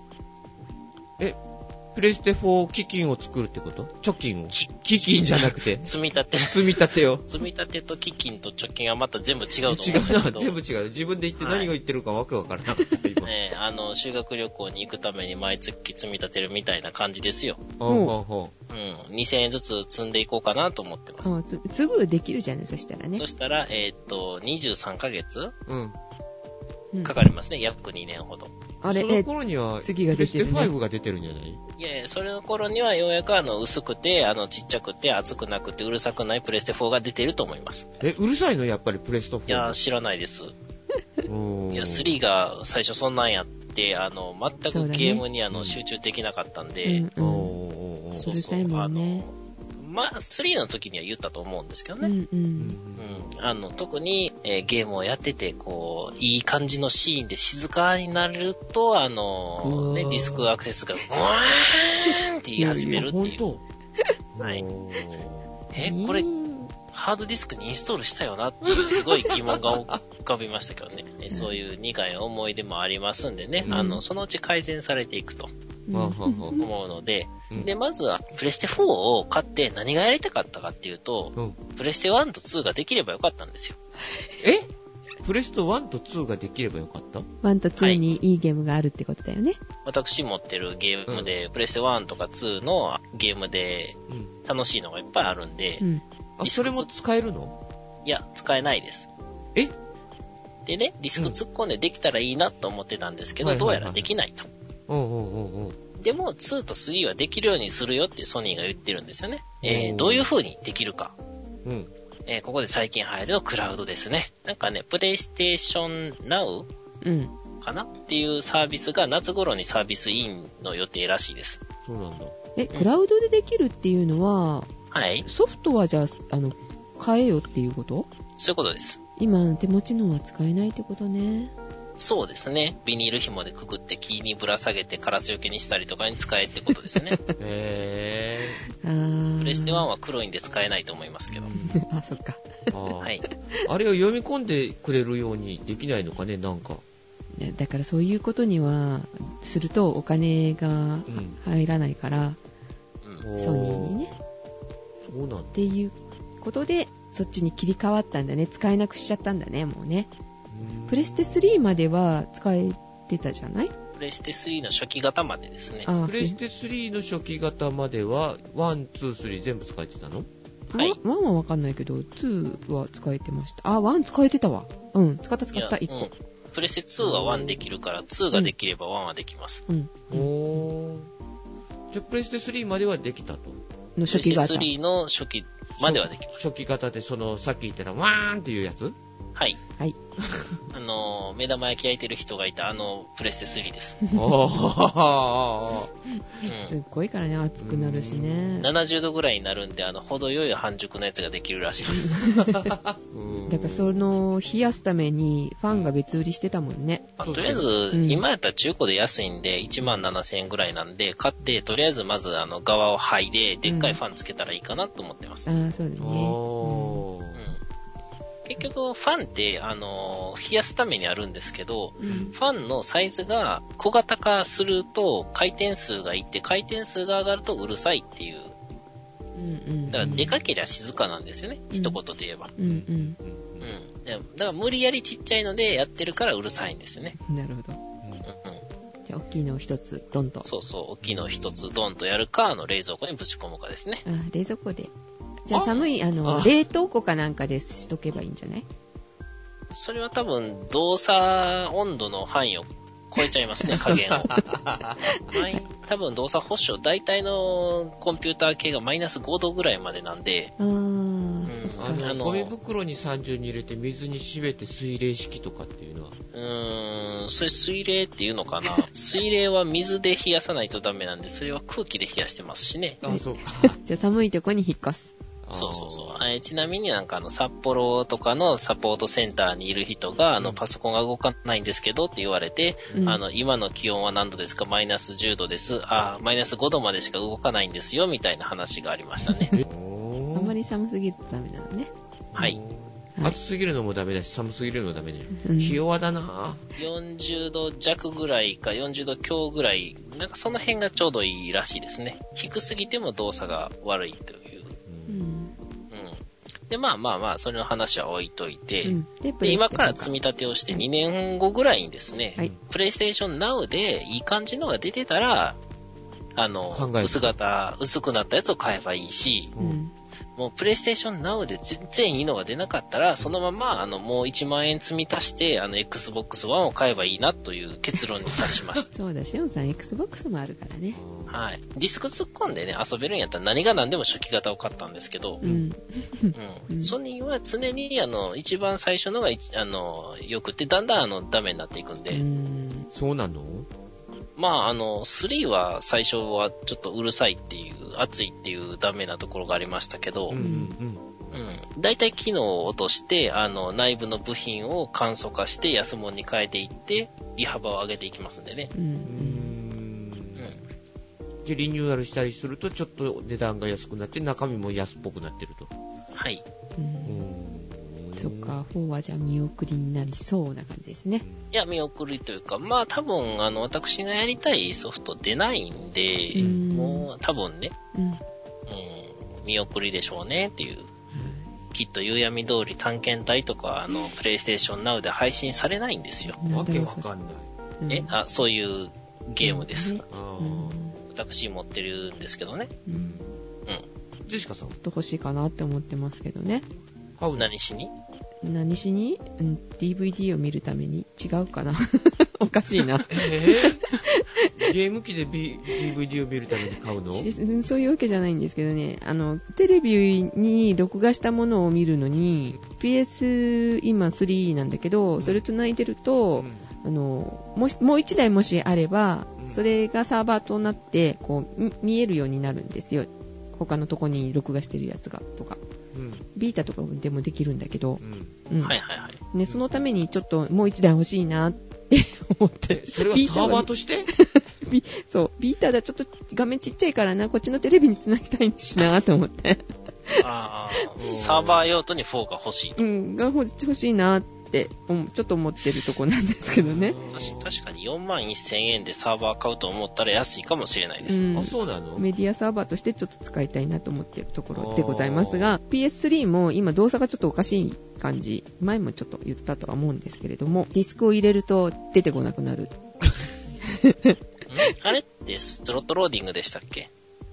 C: プレステ4基金を作るってこと貯金を基金じゃな くて
B: 積み立て、
C: 積み立てよ
B: 積み立てと基金と貯金はまた全部違うと思うん
C: 違
B: です
C: う
B: け
C: な、
B: ど。
C: 全部違う。自分で言って何が言ってるかわけわからなかった、今。
B: ね、あの、修学旅行に行くために毎月積み立てるみたいな感じですよ。
C: ほうほうほう
B: うん。2000円ずつ積んでいこうかなと思ってます。
A: あつすぐできるじゃないそしたらね
B: そしたら、えーっと、23ヶ月
C: うん。
A: うん
B: かかりますね。約2年ほど。
A: あれ
C: そ
A: え
C: の
A: ー
C: 頃には、
A: 次が出てるね
C: プレステ5が出てるんじゃない
B: いやいや、それの頃にはようやくあの、薄くて、あの、ちっちゃくて、厚くなくて、うるさくないプレステ4が出てると思います。
C: え、うるさいのやっぱりプレステ4。
B: いやー、知らないです。
C: うん
B: いや、3が最初そんなんやって、あの、全
A: そう
B: く
A: だね
B: ゲームにあ
C: う
B: の、
C: ん
B: 集中できなかったん
A: う
B: で
A: ん、
C: おー
A: うん
C: おーおー
B: そう
A: る
B: そ
A: さ
B: う、
A: い
B: あ
A: もんね
B: の、まあ、3の時には言ったと思うんですけど
A: う
B: ね。
A: んう
C: うん
B: うんん、あの特に、えーゲームをやっててこういい感じのシーンで静かになるとあ
C: うわ
B: の、
C: ー
B: ね、ディスクアクセスがうわーんって言い始めるって
C: ほ
B: い
C: ん
B: う
C: と
B: はい
C: おー
B: えこれハードディスクにインストールしたよなっていうすごい疑問が浮かびましたけどねえそういう苦い思い出もありますんでね、
A: うん
B: あのそのうち改善されていくと
A: うん
C: ははは
B: 思うので、
C: うん
B: でまずはプレステ4を買って何がやりたかったかっていうと
C: うん
B: プレステ1と2ができればよかったんですよ
C: えプレステ1と2ができればよかった
A: 1と2にいいゲームがあるってことだよね。
B: 私持ってるゲームで、プレステ1とか2のゲームで
C: うん。
B: 楽しいのがいっぱいあるんで、
A: うん。
C: あ、それも使えるの
B: いや、使えないです。
C: え
B: でね、ディスク突っ込んでできたらいいなと思ってたんですけど、
C: はいはい
B: どう
C: はい
B: やらできないと。
C: うんうんうんうん。
B: でも、2と3はできるようにするよってソニーが言ってるんですよね。え
C: おー
B: ーどういう風にできるか。
C: うん。
B: えーここで最近入るのクラウドですね。なんかね、プレイステーション Now
A: うん。
B: かなっていうサービスが夏頃にサービスインの予定らしいです。
C: そうなんだ。
A: え、クラウドでできるっていうのは、
B: はい。
A: ソフトはじゃあ、あの、変えよっていうこと
B: そういうことです。
A: 今、手持ちのは使えないってことね。
B: そうですね。ビニール紐でくくって木にぶら下げてカラスよけにしたりとかに使えってことです ね。
C: へ
A: あー。
B: プレステ1は黒いんで使えないと思いますけど。
C: ー。
A: あ、そっか。
C: あー
B: はい。
C: あれを読み込んでくれるようにできないのかね、なんか。
A: ねだからそういうことには、するとお金が
C: うん
A: 入らないから、
B: うん。
A: ソニーにね。
C: そうなんだ
A: っ。ていうことで、そっちに切り替わったんだね。使えなくしちゃったんだね、もうね。プレステ3までは使えてたじゃない
B: プレステ3の初期型までですね。
A: あ
C: プレステ3の初期型までは、1、2、3全部使えてたの
B: はい
A: ワンワンはわかんないけど、ツーは使えてました。あ、ワン使えてたわ。うん、使った使った、
B: い
A: 一
B: や
A: 個。
B: プレステ2は1できるから、2ができれば1はできます。
A: うん。うん
C: おーじゃあプレステ3まではできたと
A: の初期があった
B: プ。レステ3の初期まではできます。
C: 初期型でそのさっき言ったらワーンっていうやつ
B: はい。
A: はい。
B: あの、目玉焼き焼いてる人がいた、あの、プレステ3です。
C: おー
B: う
A: すっごいからね、熱くなるしね
B: ん。。70度ぐらいになるんで、あの、程よい半熟のやつができるらしいです。
C: うん
A: だからその、冷やすためにファンが別売りしてたもんね。
B: まあ
C: そう
B: と
C: そう
B: りあえず、
A: ん
B: 今やったら中古で安いんで、1万7000円ぐらいなんで、買って、とりあえずまず、あの、側を剥いで、でっかいファンつけたらいいかなと思ってます。
A: ああ、そうだね。
C: お
B: う
C: ー
B: ん結局、ファンって、あの、冷やすためにあるんですけど、
A: うん
B: ファンのサイズが小型化すると回転数がいって、回転数が上がるとうるさいっていう。
A: うんうん。
B: だから、でかけりゃ静かなんですよね。
A: うん
B: 一言で言えば。
A: うん
B: うん。でだから、無理やりちっちゃいのでやってるからうるさいんですよね。
A: うん。なるほど。
B: うんうん。
A: じゃあ、大きいのを一つ、ドンと。
B: そうそう、大きいの一つドンとやるか、あの、冷蔵庫にぶち込むかですね。
A: あー冷蔵庫で。じゃあ、
C: あ
A: 寒い、あの、
C: あ
A: 冷凍庫かなんかでしとけばいいんじゃない
B: それは多分、動作温度の範囲を超えちゃいますね、加減を。はい。多分、動作保証、大体のコンピューター系がマイナス5度ぐらいまでなんで、
A: あー、
B: うん
A: そっ
C: あ
A: か。
B: あ
C: の
B: の
C: ゴミ袋に30に入れて水に締めて水冷式とかっていうのは
B: うーん、それ水冷っていうのかな水冷は水で冷やさないとダメなんで、それは空気で冷やしてますしね。
A: え
C: あそうか
A: じゃあ、寒いとこに引っ越す。
B: そうそうそう。えーちなみになんかあの、札幌とかのサポートセンターにいる人が、あの、パソコンが動かないんですけどって言われて、
A: うん
B: あの、今の気温は何度ですかマイナス10度です。あー、マイナス5度までしか動かないんですよ、みたいな話がありましたね。
C: え
A: あんまり寒すぎるとダメなのね。
B: はい。
A: はい
C: 暑すぎるのもダメだし寒すぎるのもダメだよ
A: うん
C: ひ弱だな
B: 40度弱ぐらいか40度強ぐらい、なんかその辺がちょうどいいらしいですね。低すぎても動作が悪いという。
A: うん。
B: うん。で、まあまあまあ、それの話は置いといて、
A: うんで、プレイ
B: で今から積み立てをして2年後ぐらいにですね、
A: はい
B: プレイステーション Now でいい感じのが出てたら、あの
C: 考え、る
B: 薄型、薄くなったやつを買えばいいし、
A: う
C: うん
A: ん。
B: もうプレイステーション Now で全然いいのが出なかったら、そのまま、あの、もう1万円積み足して、あの、Xbox One を買えばいいなという結論に達し ました。
A: そうだ、しおんさん、Xbox もあるからね。
B: はい。ディスク突っ込んでね、遊べるんやったら何が何でも初期型を買ったんですけど、
A: うん。
B: う、
A: うんん
B: ソニーは常にあの一番最初のがいあのよくてだんだんあのダメになっていくんで、
A: うん。
C: そうなの
B: まああの3は最初はちょっとうるさいっていう熱いっていうダメなところがありましたけど、
C: うんうん
B: うん、だいたい機能を落としてあの内部の部品を簡素化して安物に変えていって利幅を上げていきますんでね、
A: う。
C: うん
B: うんん、
C: でリニューアルしたりするとちょっと値段が安くなって中身も安っぽくなってると
B: はい
A: うん。
C: うん
A: そっか、4はじゃあ見送りになりそうな感じですね。
B: いや見送りというかまあ多分あの私がやりたいソフト出ないんで、
A: うん
B: もう多分ね
A: うん。
B: うん、見送りでしょうねっていう。きっと夕闇通り探検隊とか、あの、プレイステーション Now で配信されないんですよ。
C: わけわ
A: な
C: かんな
A: ん
C: い
A: だろう
B: え、あ、そういうゲームです。
A: ね
C: あ
A: うん。
C: ー
B: 私持ってるんですけどね。
A: うんうんち
B: う。
C: ジェシカさん
A: ょっと欲しいかなって思ってますけどね。
C: 買うん
B: 何しに
A: 何しに、うん、DVD を見るために違うかな おかしいな。
C: えーゲーム機で、B、DVD を見るために買うの
A: しうんそういうわけじゃないんですけどね、あの、テレビに録画したものを見るのに、PS 今3なんだけど、それ繋いでると、あの、もし、もう一台もしあれば
C: う、ん
A: それがサーバーとなって、こう、み見えるようになるんですよ。他のとこに録画してるやつが、とか。
C: うん
A: ビータとかでもできるんだけど
C: う、ん
A: うん。
B: はいはいはい。
A: ね、そのためにちょっともう一台欲しいなって 思って
C: え。それはサーバーとして
A: ビそう、ビーターだ、ちょっと画面ちっちゃいからな、こっちのテレビに繋ぎたいしなと思って。
B: ああ、サーバー用途に4が欲しい。
A: うん、が欲欲しいなって、うんちょっと思ってるとこなんですけどね。
B: 確確かに4万1000円でサーバー買うと思ったら安いかもしれないで
A: う
B: す。
A: ん
C: あ、。そうなの
A: メディアサーバーとしてちょっと使いたいなと思ってるところでございますが、PS3 も今動作がちょっとおかしい感じ、前もちょっと言ったとは思うんですけれども、ディスクを入れると出てこなくなる。
B: うんあれってスロットローディングでしたっけ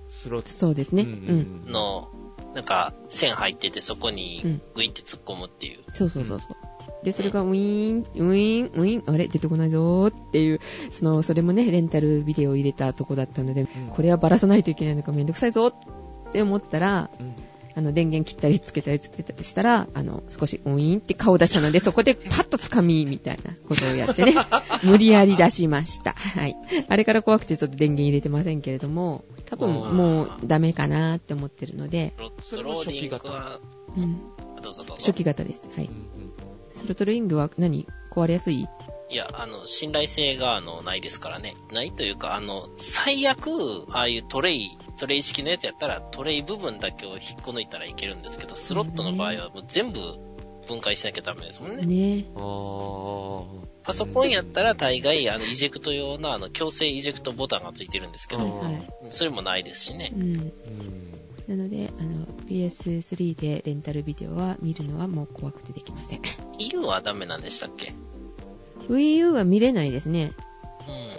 C: スロット
A: そうですね。うん
B: の、なんか線入っててそこ
A: う
B: に
A: ん
B: グイって突っ込むっていう。
A: そうそうそうそう。で、それがウィーン、ウィーン、ウィーン、あれ出てこないぞーっていう、その、それもね、レンタルビデオを入れたとこだったので、これはバラさないといけないのかめんどくさいぞーって思ったら、
C: うん
A: あの、電源切ったりつけたりつけたりしたら、あの、少しウィーンって顔出したので、そこでパッと掴み、みたいなことをやってね、無理やり出しました。はい。あれから怖くてちょっと電源入れてませんけれども、多分もうダメかなって思ってるので、
B: ロッ
C: それ
B: ト
C: は
B: ロ
C: 初
B: ーディ
C: 期
B: ングは
C: 型、
A: うん、
B: あどうぞどうぞ。
A: 初期型です。はい
C: うん。うん
A: スロトルイングは何壊れやすい
B: いや、あの、信頼性が、あの、ないですからね。ないというか、あの、最悪、ああいうトレイ、トレイ式のやつやったら、トレイ部分だけを引っこ抜いたらいけるんですけど、スロットの場合はもう全部分解しなきゃダメですもんね。
A: ね。
C: あー
B: パソコンやったら大概、あの、イジェクト用の、あの、強制イジェクトボタンがついてるんですけ
A: はい
B: ど、
A: はい。
B: それもないですしね
A: う。ん。
C: うん
A: なので、あの、PS3 でレンタルビデオは見るのはもう怖くてできません。
B: EU はダメなんでしたっけ
A: Wii U は見れないですね。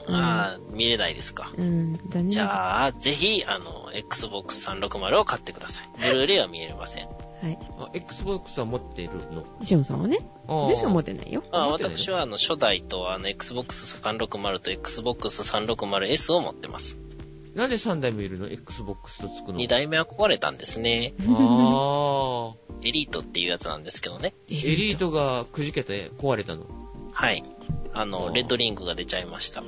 B: うん。ああ、見れないですか。
A: うん、残念
B: じ
A: なが
B: ゃあ、ぜひ、あの、Xbox 360を買ってください。ブルーレイは見れません。
A: ら。はい。
C: あ XBOX は持ってるの
A: シオンさんはね、
C: あー
A: 私しか持ってないよ。
B: あ
C: 持ってないね
B: 私はあの初代とあの Xbox360 と Xbox360S を持ってます。
C: なんで3台もいるの ?XBOX とつくの
B: 2代目は壊れたんですね。
C: ああ。
B: エリートっていうやつなんですけどね。
A: エ
C: エリー。トがくじけて壊れたの。
B: はい。あの、
C: あー
B: レッドリングが出ちゃいました。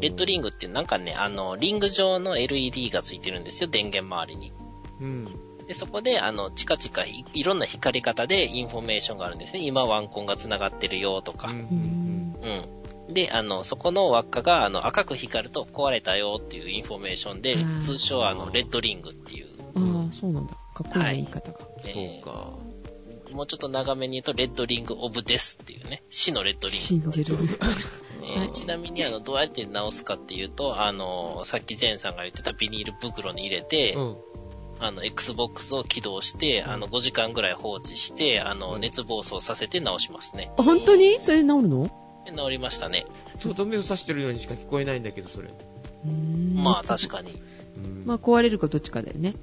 B: レッドリングってなんかね、あの、リング状の LED がついてるんですよ、電源周りに。
C: うん。
B: で、そこで、あの、チカチカい、いろんな光り方でインフォメーションがあるんですね。今ワンコンが繋がってるよとか。
C: うん
A: うん。
B: うん。で、あの、そこの輪っかが、あの、赤く光ると壊れたよっていうインフォメーションで
A: あー、
B: 通称、あの、レッドリングっていう、
A: ああ、そうなんだ。かっこいいね、
B: はい
A: 言い方が。
C: そうか。
B: もうちょっと長めに言うと、レッドリングオブデスっていうね、死のレッドリ
A: 死んでる。
B: ング。えーちなみに、あの、どうやって直すかっていうと、あの、さっきジェーンさんが言ってたビニール袋に入れて、
C: うん。
B: あの、Xbox を起動して、あの、5時間ぐらい放置して、あの、熱暴走させて直しますね。
A: あ本当にそれで治るの
B: で治りましたね。
C: とどめを刺してるようにしか聞こえないんだけど、それ。
A: うーん
B: まあ、確かに。
C: うん
A: まあ、壊れるかどっちかだよね。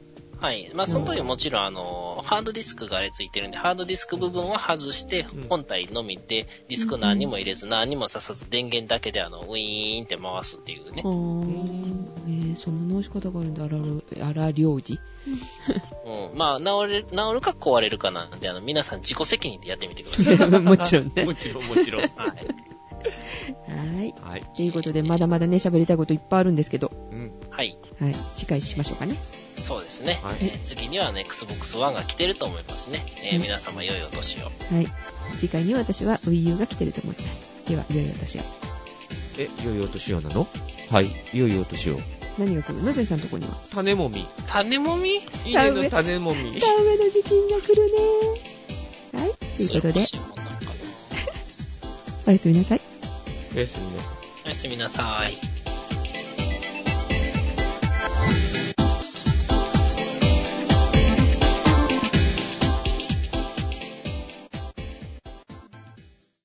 B: はい。まあ、その時もちろん、あの、ハードディスクがあれついてるんで、ハードディスク部分は外して
C: うん、
B: 本体のみで、ディスク何も入れず、何もささず、電源だけで、あの、ウィーンって回すっていうね
A: あ。ーえー、そんな直し方があるんだ、あら、あら、領事。
B: うん。まあ、治れ、治るか壊れるかなんで、あの、皆さん自己責任でやってみてください。
A: もちろんね。
C: もちろん、もちろ ん。
B: はい。
A: はい。
C: はい。
A: ということで、まだまだね、喋りたいこといっぱいあるんですけど、
C: うん。
B: はい。
A: はい。次回しましょうかね。
B: そうですね。
C: はい
B: えー次にはね、Xbox One が来てると思いますね。えー
A: うん
B: 皆様、良いお年を。
A: はい。次回に私は Wii U が来てると思います。では、いよいよ私は。
C: え、良いお年をなのはい。良いお年を。
A: 何が来るのゼンさんのとこには。
C: 種もみ。
B: 種もみ
C: 稲の種もみ。
A: 田植えの時期が来るね。はい。ということで、
B: それ欲しいもんなんかな
A: おやすみなさい。
C: おやすみなさい
B: おやすみなさい。